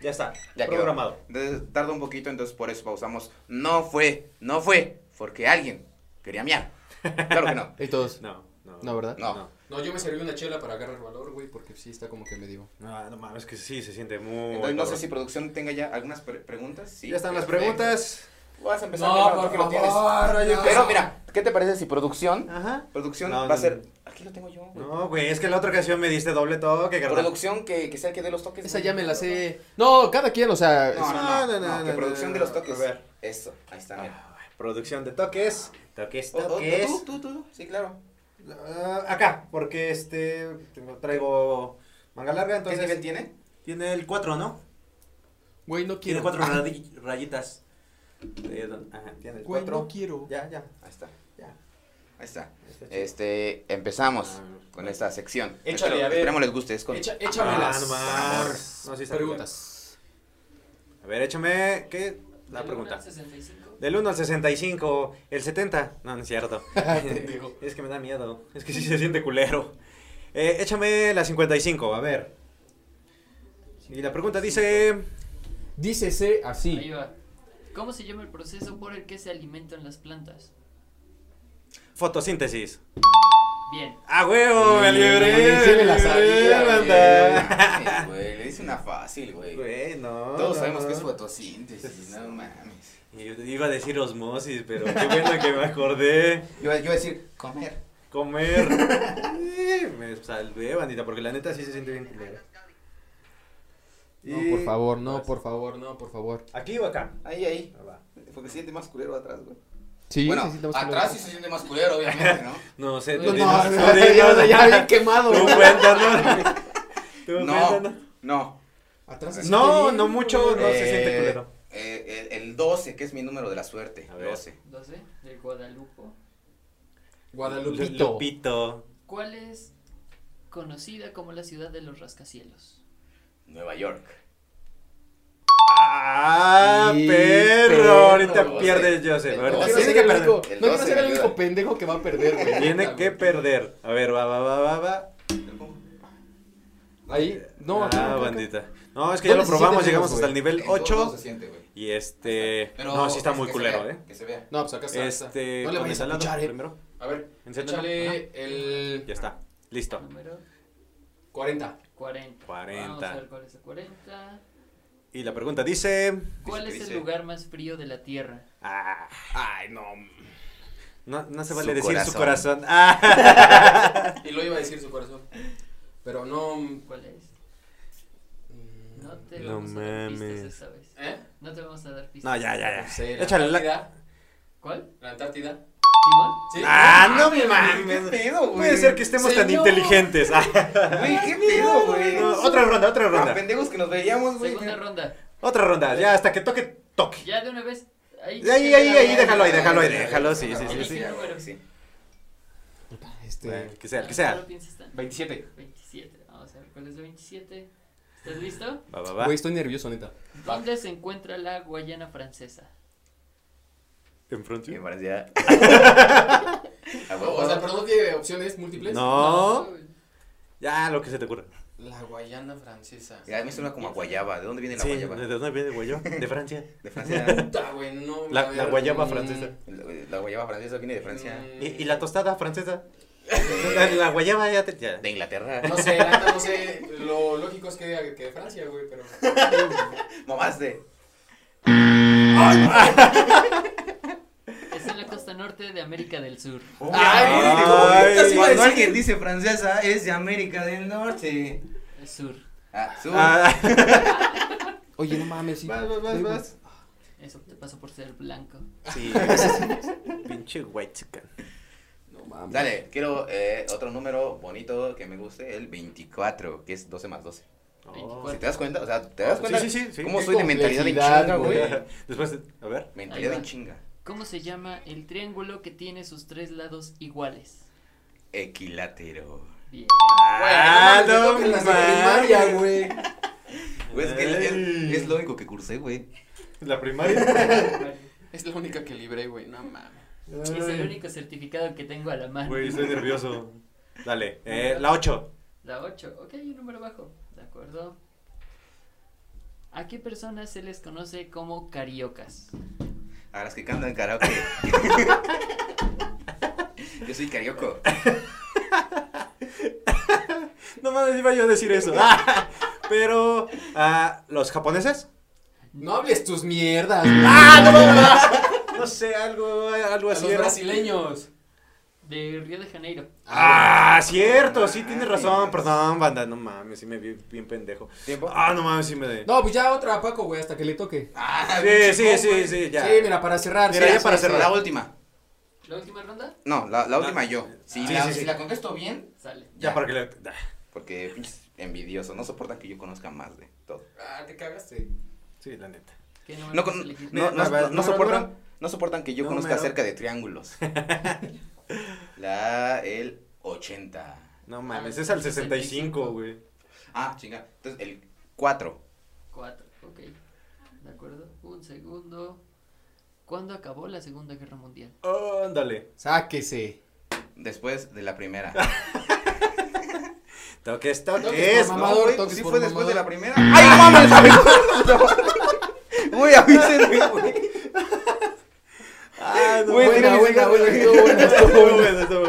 Ya está. Ya quedó. programado. Entonces, tarda un poquito, entonces por eso pausamos. No fue, no fue porque alguien quería miar. Claro que no. Y todos. No, no. No, ¿verdad? No. No, yo me serví una chela para agarrar valor, güey, porque sí está como que medio. No, no mames, que sí, se siente muy. Entonces, no sé cabrón. si producción tenga ya algunas pre- preguntas. Sí, Ya están las perfecto. preguntas. Vas a empezar No, Gerardo, por que lo tienes. favor, oye, Pero mira, ¿qué te parece si producción? Ajá. Producción No, va no, a ser. no. Aquí lo tengo yo. güey. No, güey, es que la otra ocasión me diste doble toque, carnal. Producción que, que sea el que dé los toques. Esa güey. ya me la sé. No, cada quien, o sea. No, no, no, Ah, No, no, no, no, que no, producción no, de los no, toques. a ver. Eso, ahí está, mira. Ah, Producción de toques. Toques, O- o- toques. tú, tú, tú, sí, claro. Ah, acá, porque este. tengo- Traigo manga larga, ¿Qué entonces. nivel tiene? Tiene el 4, ¿no? Güey, no Tiene quiero. cuatro radi- rayitas. Eh, Ajá, tiene el Güey, 4. no quiero. Ya, ya. Ahí está. Ya. Ahí está. Está chido. Este, Ah, empezamos con esta sección. Échale, Espero- a ver. Esperemos les guste. Es con... Echa, Ah, échame no las mames. No, sí está preguntas. bien. A ver, échame. ¿Qué? La ¿Del pregunta. 65? Del 1 al 65, el 70. No, no es cierto. Pendejo. es que me da miedo. Es que sí se siente culero. Eh, échame la 55, a ver. Y la pregunta dice. Dícese Ahí así. va. ¿Cómo se llama el proceso por el que se alimentan las plantas? Fotosíntesis. Bien. ¡A huevo! ¡Me Sí, libré! sí me la libré, sabía, Eh, banda! Mames, güey, le dice una fácil, güey. Güey, no. Todos no, sabemos no. que es fotosíntesis, no mames. Y Yo te iba a decir osmosis, pero qué bueno que me acordé. Yo, yo iba a decir, comer. Comer. Eh, me salvé, bandita, porque la neta sí se siente bien culero. No, por favor, no, por favor, no, por favor. ¿Aquí o acá? Ahí, ahí. Ah, va. Porque se siente más culero atrás, güey. Sí, bueno, sí, sí, tenemos que hablar. atrás sí se siente más culero, obviamente, ¿no? No sé, No, tú no, dinos, tú no, ya, o sea, dinos. ya bien quemado. Tú cuéntanos. Tú cuéntanos. No, no. Atrás No, sí está No, bien, no mucho, no güey. se siente Eh, culero. eh, el, el 12, que es mi número de la suerte. A ver. 12. 12. Del Guadalupo. Guadalupito. Lu- Lupito. ¿Cuál es conocida como la ciudad de los rascacielos? Nueva York. ¡Ah, Sí, perro! perro. Ahorita No, pierdes, sí. Joseph. No, No Ahorita quiero sí, ser que el perder. El único, no quiero 12 ser el me único ayuda. pendejo que va a perder, güey. Tiene que perder. A ver, va, va, va, va, va. Ahí, no, ah, acá, acá, acá. bandita. No, es que ya lo ¿Dónde se probamos, siente llegamos menos, hasta el nivel En todos lados 8. se siente, güey. Y este. Pero no, sí está es muy que se culero, vea, ¿eh? Que se vea. No, pues acá está. acá está. Este. no le con vayas a ensalada escuchar, eh. primero. A ver, Enciéndelo. échale el Ya está. Listo. Número 40. 40. Vamos a 40. ver cuál es el 40. Y la pregunta dice. ¿Cuál que es dice- el lugar más frío de la Tierra? Ah, Ay, no. no, no se Su vale decir su corazón. corazón. Ah. Y lo iba a decir su corazón. Pero no. mm, ¿Cuál es? No te No vamos a dar mames. pistas esta vez. ¿Eh? No te vamos a dar pistas. No, ya, ya, No ya. sé, la Échale la- Antártida. ¿Cuál? La Antártida. ¿Timón? ¿Sí? Ah, no me ¿Qué mames. pedo, güey? Puede ser que estemos tan Señor. inteligentes. Ah, Güey, ¿qué pedo, güey? no, otra ronda, otra Los ronda. Ah, pendejos que nos veíamos, güey. Segunda ronda. Otra ronda. Ya hasta que toque, toque. Ya de una vez. Ahí, Ahí, ahí, ahí, déjalo déjalo. ahí, déjalo ahí, déjalo. Sí, sí, sí. Elige sí. número. Sí. Este, Bueno, que sea, el que sea. Solo piensas tanto. 27. 27. Vamos a ver cuál es el 27. ¿Estás listo? Va, va, va. güey, estoy nervioso, neta. ¿Dónde se encuentra la Guayana francesa? ¿En Francia? Me parecía. A No, huevo. o sea, pero no tiene opciones múltiples. No. Ya, lo que se te ocurra. La Guayana francesa. Ya, a mí suena como a guayaba. ¿De dónde viene la Sí, guayaba? ¿de dónde viene Guayó? De Francia. De Francia. Puta, güey, no. La- a la ver, guayaba mm, francesa. La la guayaba francesa viene de Francia. mm, ¿Y, y la tostada francesa? La, la guayaba ya te... ya. De Inglaterra. No sé, la neta, no sé. Lo lógico es que, que de Francia, güey, pero. Mamaste. Es en la costa norte de América del Sur. Ay, Ay, Manuel. Cuando alguien dice francesa es de América del Norte. Es Sur. Ah, su. Ah, Oye, no mames. Sí. Vas, vas, vas, Güey, vas. Eso te pasó por ser blanco. Sí. Pinche white chicken. No mames. Dale, quiero eh, otro número bonito que me guste, el 24, que es 12 más 12. Si te das cuenta, o sea, ¿te das cuenta Ah, Sí, sí, sí, sí. cómo Qué soy de mentalidad en complejidad, chinga, güey? güey. Después, a ver. Mentalidad Ahí en va. chinga. ¿Cómo se llama el triángulo que tiene sus tres lados iguales? Equilátero. Bien. Ah, Güey, no mames, me tocan las de primaria, güey. Güey, es que el- Ay. es, es lo único que cursé, güey. La primaria. Es la única que libré, güey. No mames. Es el único certificado que tengo a la mano. Güey, estoy nervioso. Dale, eh, la 8. La 8. Ok, un número bajo. De acuerdo. ¿A qué personas se les conoce como cariocas? A las que Ah, cantan karaoke. Yo soy carioco. mames, iba yo a decir eso. Ah, Pero, ah, ¿los japoneses? No hables tus mierdas. Mm. Ah, No sé, algo, algo A los así era. brasileños. De Río de Janeiro. Ah, cierto, sí tienes Mames. razón, perdón, banda, no mames, sí me vi bien pendejo. ¿Tiempo? Ah, no mames, sí me de. No, pues ya otra, Paco, güey, hasta que le toque. Ah, sí, sí, chingón, sí, güey. sí, ya. Sí, mira, para cerrar. Mira, sí, ya sí, para sí. cerrar. La última. ¿La última ronda? No, la, la última yo. Si, Sí, la, sí, sí. si la contesto bien, Sale. ya, para que le. ah, porque pinches envidioso, no soportan que yo conozca más de todo. Ah, te cagaste. Sí, la neta. Que no me No, vas a con- elegir. no, no- Número, no número, soportan, número. no soportan que yo Número. conozca acerca de triángulos. La, el 80. No mames, es al 65, güey. Ah, chinga. Entonces, el 4. Cuatro, ok. De acuerdo. Un segundo. ¿Cuándo acabó la Segunda Guerra Mundial? Oh, ándale. Sáquese. Después de la primera. Toques, toques. Toques, ¿no? mamá. Mamador, güey, toques sí por fue después mamador. de la primera. ¡Ay, no mames! Güey, avísenme, güey. Ah, no, Güey, bueno, tiene bueno, mis- bueno, estuvo bueno, estuvo bueno, Ah, estuvo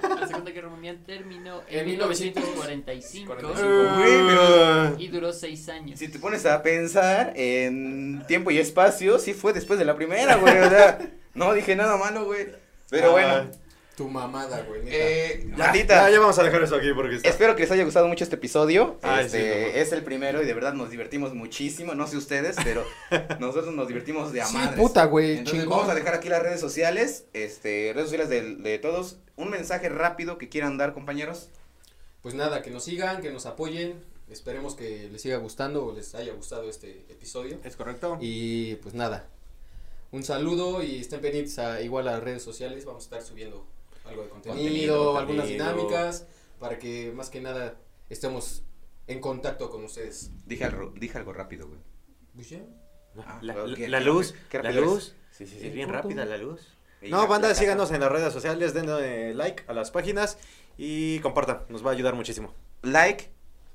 bueno. La Segunda Guerra Mundial terminó en En 1945 Güey, pero- y duró seis años. Si te pones a pensar en tiempo y espacio, sí fue después de la primera, güey. O sea, no dije nada malo, güey. Pero Ah, bueno. Tu mamada, güey. neta. Eh, Ya, bandita, ya vamos a dejar eso aquí porque está. Espero que les haya gustado mucho este episodio. Ay, Este, sí, no mames. es el primero y de verdad nos divertimos muchísimo. No sé ustedes, pero nosotros nos divertimos de a Sí, madres. puta, güey, Entonces chingón. vamos a dejar aquí las redes sociales, este, redes sociales de, de todos. Un mensaje rápido que quieran dar, compañeros. Pues nada, que nos sigan, que nos apoyen. Esperemos que les siga gustando o les haya gustado este episodio. Es correcto. Y pues nada, un saludo y estén pendientes a, igual a las redes sociales. Vamos a estar subiendo algo de contenido, Contenido, algunas contenido. dinámicas, para que más que nada estemos en contacto con ustedes. Dije algo, dije algo rápido, güey. Pues ya. La, Ah, la- ok, la ok, luz, ok. Qué la rápido eres. luz. Sí, sí, Es sí. bien rápida la luz. Y No, la- banda, la casa. síganos en las redes sociales, denle eh, like a las páginas y compartan, nos va a ayudar muchísimo. like,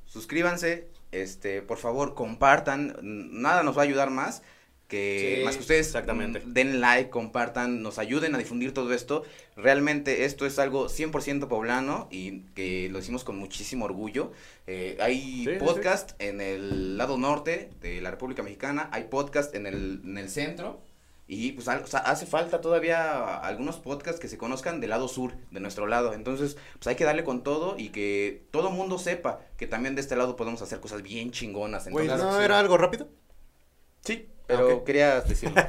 suscríbanse, este, por favor, compartan, n- nada nos va a ayudar más que Sí, más que ustedes exactamente. mm, den like, compartan, nos ayuden a difundir todo esto. Realmente esto es algo 100% poblano y que lo hicimos con muchísimo orgullo. Eh, hay Sí, sí, podcast en el lado norte de la República Mexicana, hay podcast en el, en el centro. Y pues al- o sea, hace falta todavía algunos podcasts que se conozcan del lado sur, de nuestro lado. Entonces, pues hay que darle con todo y que todo mundo sepa que también de este lado podemos hacer cosas bien chingonas. Güey, Entonces, ¿no era algo rápido? Sí, pero Ok. querías decirlo.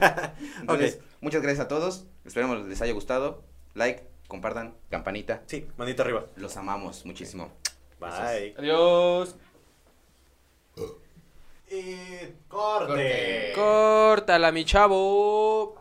Entonces, muchas gracias a todos. Esperemos les haya gustado. Like, compartan, campanita. Sí, manita arriba. Los amamos muchísimo. Bye. Adiós. Y corte. Córtala, mi chavo.